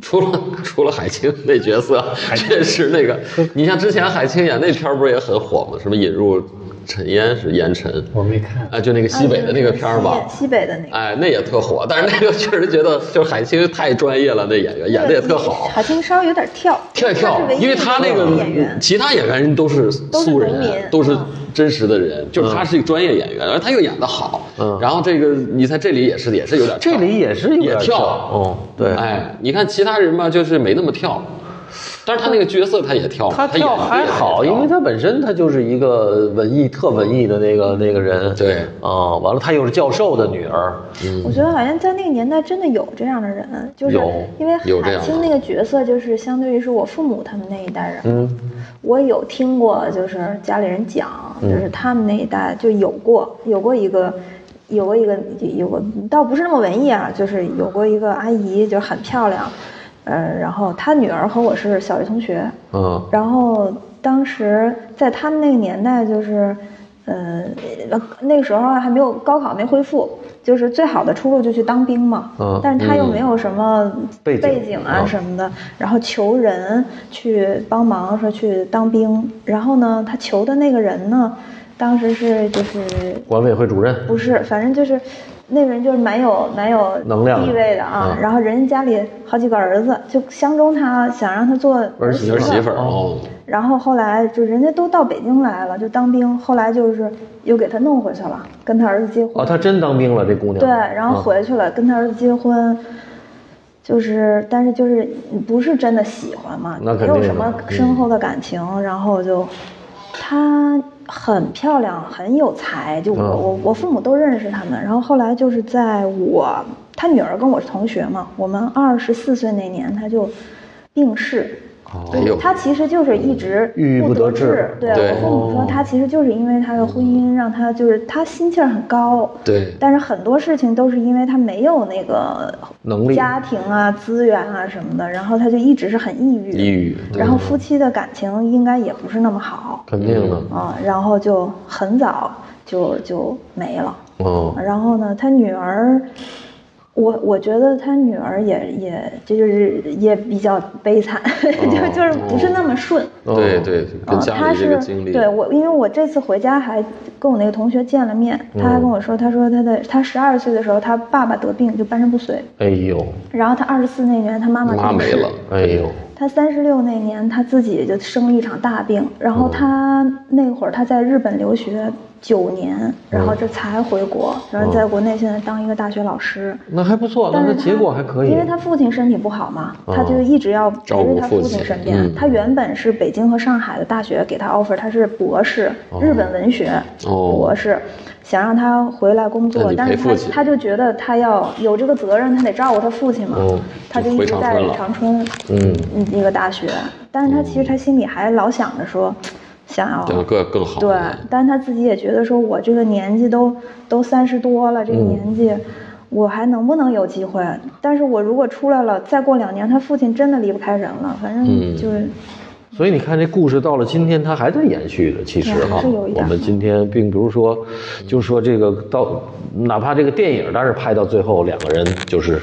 除了除了海清那角色，确实那个，你像之前海清演那片儿不是也很火吗？什么引入尘烟是烟尘，我没看，啊，就那个西北的那个片儿吧。西北的那个，哎，那也特火，但是那个确实觉得就是海清太专业了，那演员演的也特好，海清稍微有点跳，跳一他跳是唯，一因为他那个一演员，其他演员都是素都是农民人，都是嗯真实的人，就是他是一个专业演员，而他又演得好嗯，然后这个你在这里也是也是有点跳，这里也是有点也跳哦，对，哎，你看其他人吧，就是没那么跳，但是他那个角色他也跳，他跳演得还也好，跳因为他本身他就是一个文艺特文艺的那个那个人。对啊，完了他又是教授的女儿，我觉得好像在那个年代真的有这样的人，就是有因为嗯有这海样的清那个角色，就是相对于是我父母他们那一代人，嗯我有听过，就是家里人讲，嗯就是他们那一代就有过，有过一个，有过一个，有过，倒不是那么文艺啊，就是有过一个阿姨，就是很漂亮，呃，然后她女儿和我是小学同学，嗯然后当时在他们那个年代，就是，呃，那个时候啊还没有高考没恢复，就是最好的出路就去当兵嘛。嗯但是他又没有什么背景啊嗯什么的，然后求人去帮忙说去当兵。然后呢，他求的那个人呢，当时是就是管委会主任，不是，反正就是那个人就是蛮有蛮有能量的地位的啊。嗯然后人家家里好几个儿子，就相中他，想让他做儿媳儿妇媳妇儿哦哦，然后后来就人家都到北京来了，就当兵，后来就是又给他弄回去了，跟他儿子结啊，婚。她真当兵了，这姑娘。对，然嗯后回去了，跟他儿子结婚，就是但是就是不是真的喜欢嘛，那没肯定有的嗯什么深厚的感情，然后就她很漂亮，很有才，就我、嗯我我父母都认识他们，然后后来就是在我她女儿跟我是同学嘛，我们二十四岁那年她就病逝。哎呦，他其实就是一直郁郁不得得志对对我父母说，哦他其实就是因为他的婚姻让他就是他心气儿很高，对但是很多事情都是因为他没有那个能力家庭啊、资源啊什么的，然后他就一直是很抑郁，抑郁然后夫妻的感情应该也不是那么好肯定的，啊，然后就很早就就没了。嗯然后呢，他女儿，我我觉得他女儿也也这就是也比较悲惨， (laughs) 就就是不是那么顺。嗯对对，哦跟啊家他里这个是经历，对我，因为我这次回家还跟我那个同学见了面，他嗯还跟我说，他说他的他十二岁的时候，他爸爸得病就半身不遂，哎呦，然后他二十四那年他妈妈妈病没逝了，哎呦，他三十六那年，他自己就生了一场大病，然后他那会儿他在日本留学九年，然后这才回国，然后在国内现在当一个大学老师。那还不错，那但是那他结果还可以。因为他父亲身体不好嘛，哦他就一直要陪照顾着他父父亲亲身边。嗯他原本是北京和上海的大学给他 offer，他是博士，日本文学、哦博士，想让他回来工那作，你但陪是他父亲他就觉得他要有这个责任，他得照顾他父亲嘛，哦他就就一回直长在春了长春。嗯，嗯一个大学，但是他其实他心里还老想着说，想要对更更好，对，但是他自己也觉得说，我这个年纪都都三十多了，这个年纪，我还能不能有机会？但是我如果出来了，再过两年，他父亲真的离不开人了，反正嗯就是。所以你看，这故事到了今天，它还在延续的。其实哈、还是有一点嗯我们今天并不是说，就是说这个到，哪怕这个电影，但是拍到最后两个人就是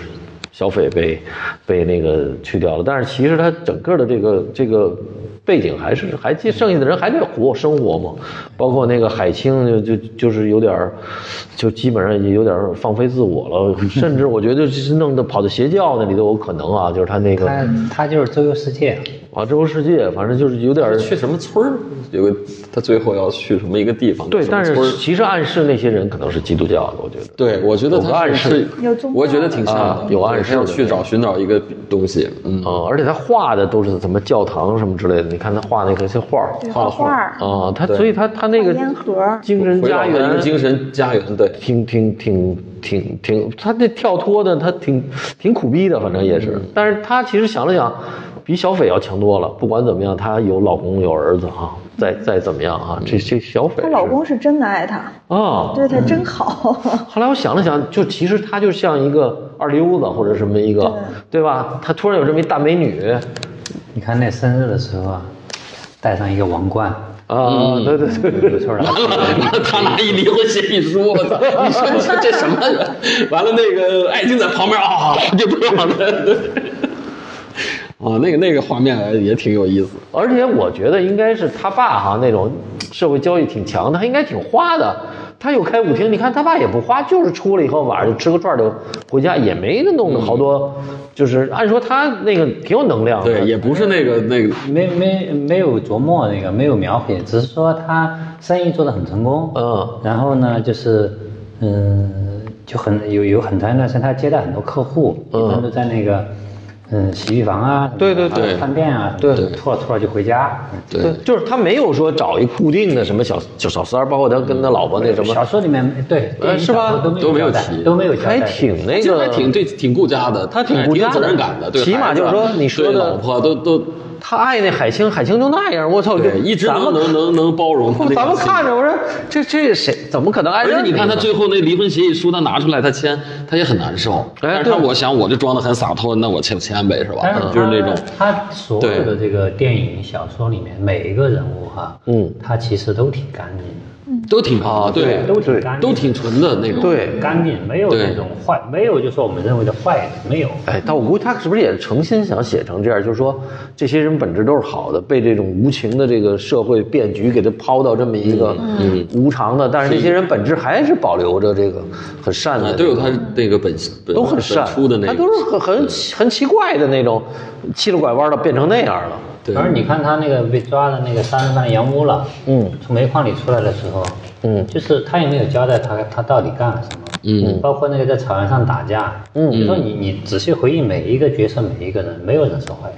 小斐被被那个去掉了，但是其实他整个的这个这个背景还是还剩下的人还在活生活嘛，包括那个海清就就就是有点儿，就基本上也有点儿放飞自我了，甚 (laughs) 至我觉得就是弄得跑到邪教那里都有可能啊，就是他那个他他就是周游世界，啊，周游世界，反正就是有点儿去什么村儿？有个他最后要去什么一个地方？对，什么但村儿是其实暗示那些人可能是基督教的，我觉得。对，我觉得有个他暗是示有是宗，我觉教得的挺像啊的，有暗对示他要的去找寻找一个东西，嗯，嗯，而且他画的都是什么教堂什么之类的，你看他画那个些画儿对，画画儿啊，他对所以他他那个画烟盒精神回到家他一园个精神家园， (laughs) 对，挺挺挺挺挺，他那跳脱的，他挺挺苦逼的，反正也是。嗯但是他其实想了想，比小斐要强多了。不管怎么样，她有老公有儿子啊，再再怎么样啊，这这小斐她老公是真的爱她，是啊。对她真好。后来我想了想，就其实她就像一个二流子或者什么一个，对吧？她突然有这么一大美女你看那生日的时候啊，戴上一个王冠，啊，对对对对有事儿了。他拿一离婚协议书，我操！你说你说这什么人？完了，那个爱丁在旁边啊，就不让他。啊，那个那个画面也挺有意思。而且我觉得应该是他爸哈那种社会交易挺强的，他应该挺花的。他有开舞厅，你看他爸也不花，就是出来以后晚上就吃个串儿就回家，也没弄好多。就是按说他那个挺有能量的，对，也不是那个那个，没没没有琢磨那个，没有描写，只是说他生意做得很成功，嗯，然后呢，就是嗯，就很有有很长一段时间他接待很多客户，嗯一般都在那个嗯洗浴房啊，对对对饭店啊，对什么的吐了吐了就回家，对对，就是他没有说找一固定的什么小小小三儿，包括他跟他老婆那什么，呃小说里面对，电影是吧小说都都没没有有交代提都没有交代，还挺那这个，还挺对，挺顾家的，哎他挺挺顾家的有责任感的，对，起码孩子啊就是说你说的对老婆都都他爱那海清，海清就那样，我操，就对，一直咱能们能能能包容他那个咱们性格看着，我说这这谁怎么可能爱而这且个呢？你看他最后那离婚协议书，他拿出来他签，他也很难受。但是哎对他我想我这装的很洒脱，那我签签呗，是吧但是？就是那种他他所有的这个电影、小说里面每一个人物哈，嗯他其实都挺干净的。都挺好，啊对都挺对干净的，都挺纯的那种。对干净，没有对那种坏，没有就说我们认为的坏人，没有。哎，但我估计他是不是也诚心想写成这样？就是说，这些人本质都是好的，被这种无情的这个社会变局给他抛到这么一个嗯无常的，但是这些人本质还是保留着这个很善啊，的，都有他那个本本都很善本出的那他个，都是很很很奇怪的那种，七了拐弯的变成那样了。对而你看他那个被抓的那个杀人犯杨乌了，嗯，从煤矿里出来的时候，嗯就是他也没有交代他他到底干了什么，嗯，包括那个在草原上打架，嗯，就说你你仔细回忆每一个角色每一个人，没有人是坏人，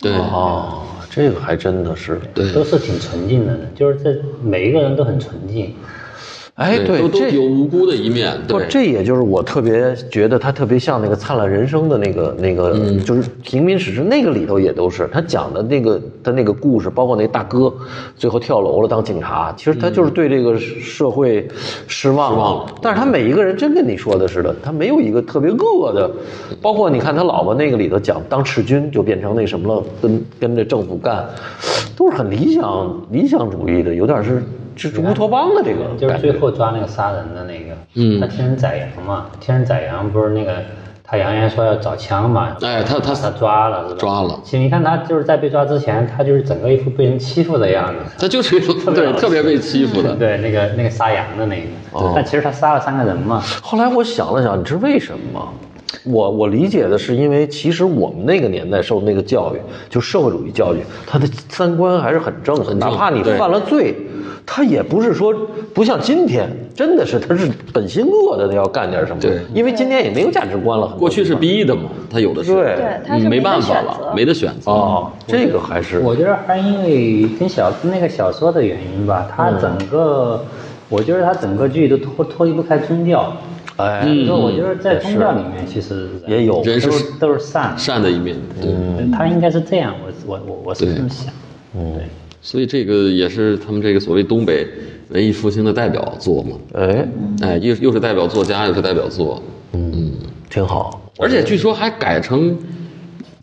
对哦，这个还真的是，都对是挺纯净的人，就是这每一个人都很纯净，哎，对，都都这有无辜的一面，不对，，这也就是我特别觉得他特别像那个《灿烂人生》的那个那个，嗯就是《平民史诗》那个里头也都是他讲的那个他那个故事，包括那大哥最后跳楼了当警察，其实他就是对这个社会失望失望了但是他每一个人真跟你说的似的，他没有一个特别恶的，包括你看他老婆那个里头讲当赤军就变成那什么了，跟跟着政府干，都是很理想理想主义的，有点是就是啊乌托邦的这个就是感最觉。后抓那个杀人的那个，嗯他天人宰羊嘛，天人宰羊不是那个他扬言说要找枪嘛，哎他他他抓了是吧？抓了其实你看他就是在被抓之前，他就是整个一副被人欺负的样子。他就是一个对特别被欺负的，对，那个那个杀羊的那个，但其实他杀了三个人嘛，后来我想了想，你知道为什么吗？我我理解的是，因为其实我们那个年代受那个教育，就社会主义教育，他的三观还是很正的，哪怕你对犯了罪，他也不是说不像今天，真的是他是本心恶的，他要干点什么。对因为今天也没有价值观了，很多过去是地逼的嘛，他有的是，对对他嗯是没没办得法选了，择没得选择方。啊，这个还是我觉得还因为跟小那个小说的原因吧，他整个，我觉得他整个剧都脱脱离不开宗教。哎，就是说我觉得在也是宗教里面其实也有人是都是都是善的，善的一面，对，嗯他应该是这样，我我我我是这么想。所以这个也是他们这个所谓东北文艺复兴的代表作嘛，哎，哎，又又是代表作家，又是代表作，嗯，挺好。而且据说还改成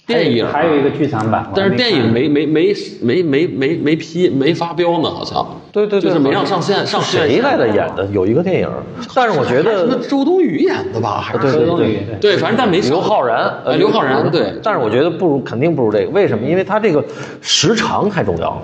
电影，还有一个剧场版，但是电影没没没没没没没没批没发标呢，好像。对对对，就是没让上线上线谁来的演的？有一个电影，但是我觉什么得周冬雨演的吧？还对是对周冬雨对对，反正但没上刘昊然，哎刘昊然对但是我觉得不如，肯定不如这个。为什么？因为他这个时长太重要了。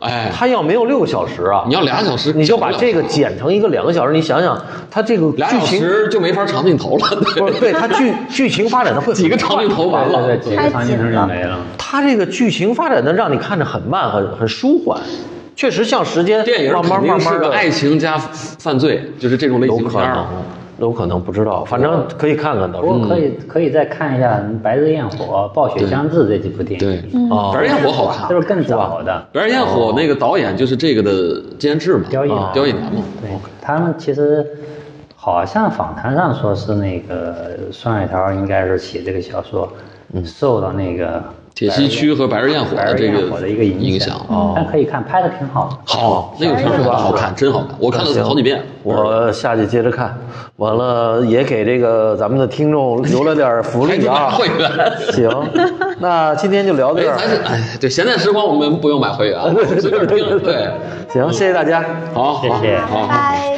哎，他要没有六个小时啊，你要俩小时，你就把这个剪成一个两个小时，你想想，他这个俩剧小情时就没法长镜头了。不是对他剧剧情发展的会 (laughs) 几个长镜头完了对，几个场景就没了。他这个剧情发展的让你看着很慢，很很舒缓，确实像时间电影慢慢肯慢定是慢个的爱情加犯罪，就是这种类有型可片儿啊能了。，有可能不知道，反正可以看看到不时候过可以可以再看一下《白日焰火》《暴雪将至》这几部电对影，，哦白日焰火好看，都是更早的。白日焰火那个导演就是这个的监制嘛，刁亦男刁亦男嘛。对他们其实好像访谈上说是那个双海涛应该是写这个小说，受到那个铁西区和白日焰火白的日这焰火个的一个影响响，。但可以看，拍的挺好的。好，那个片儿好看，真好看，我看了好几遍。我下去接着看，完了也给这个咱们的听众留了点福利啊。还 (laughs) 得买会员行，那今天就聊到哎，这儿咱。是哎，对，闲淡时啊光我们不用买会员，我们随便听。对，行，谢谢大家。好，好谢谢好好。拜。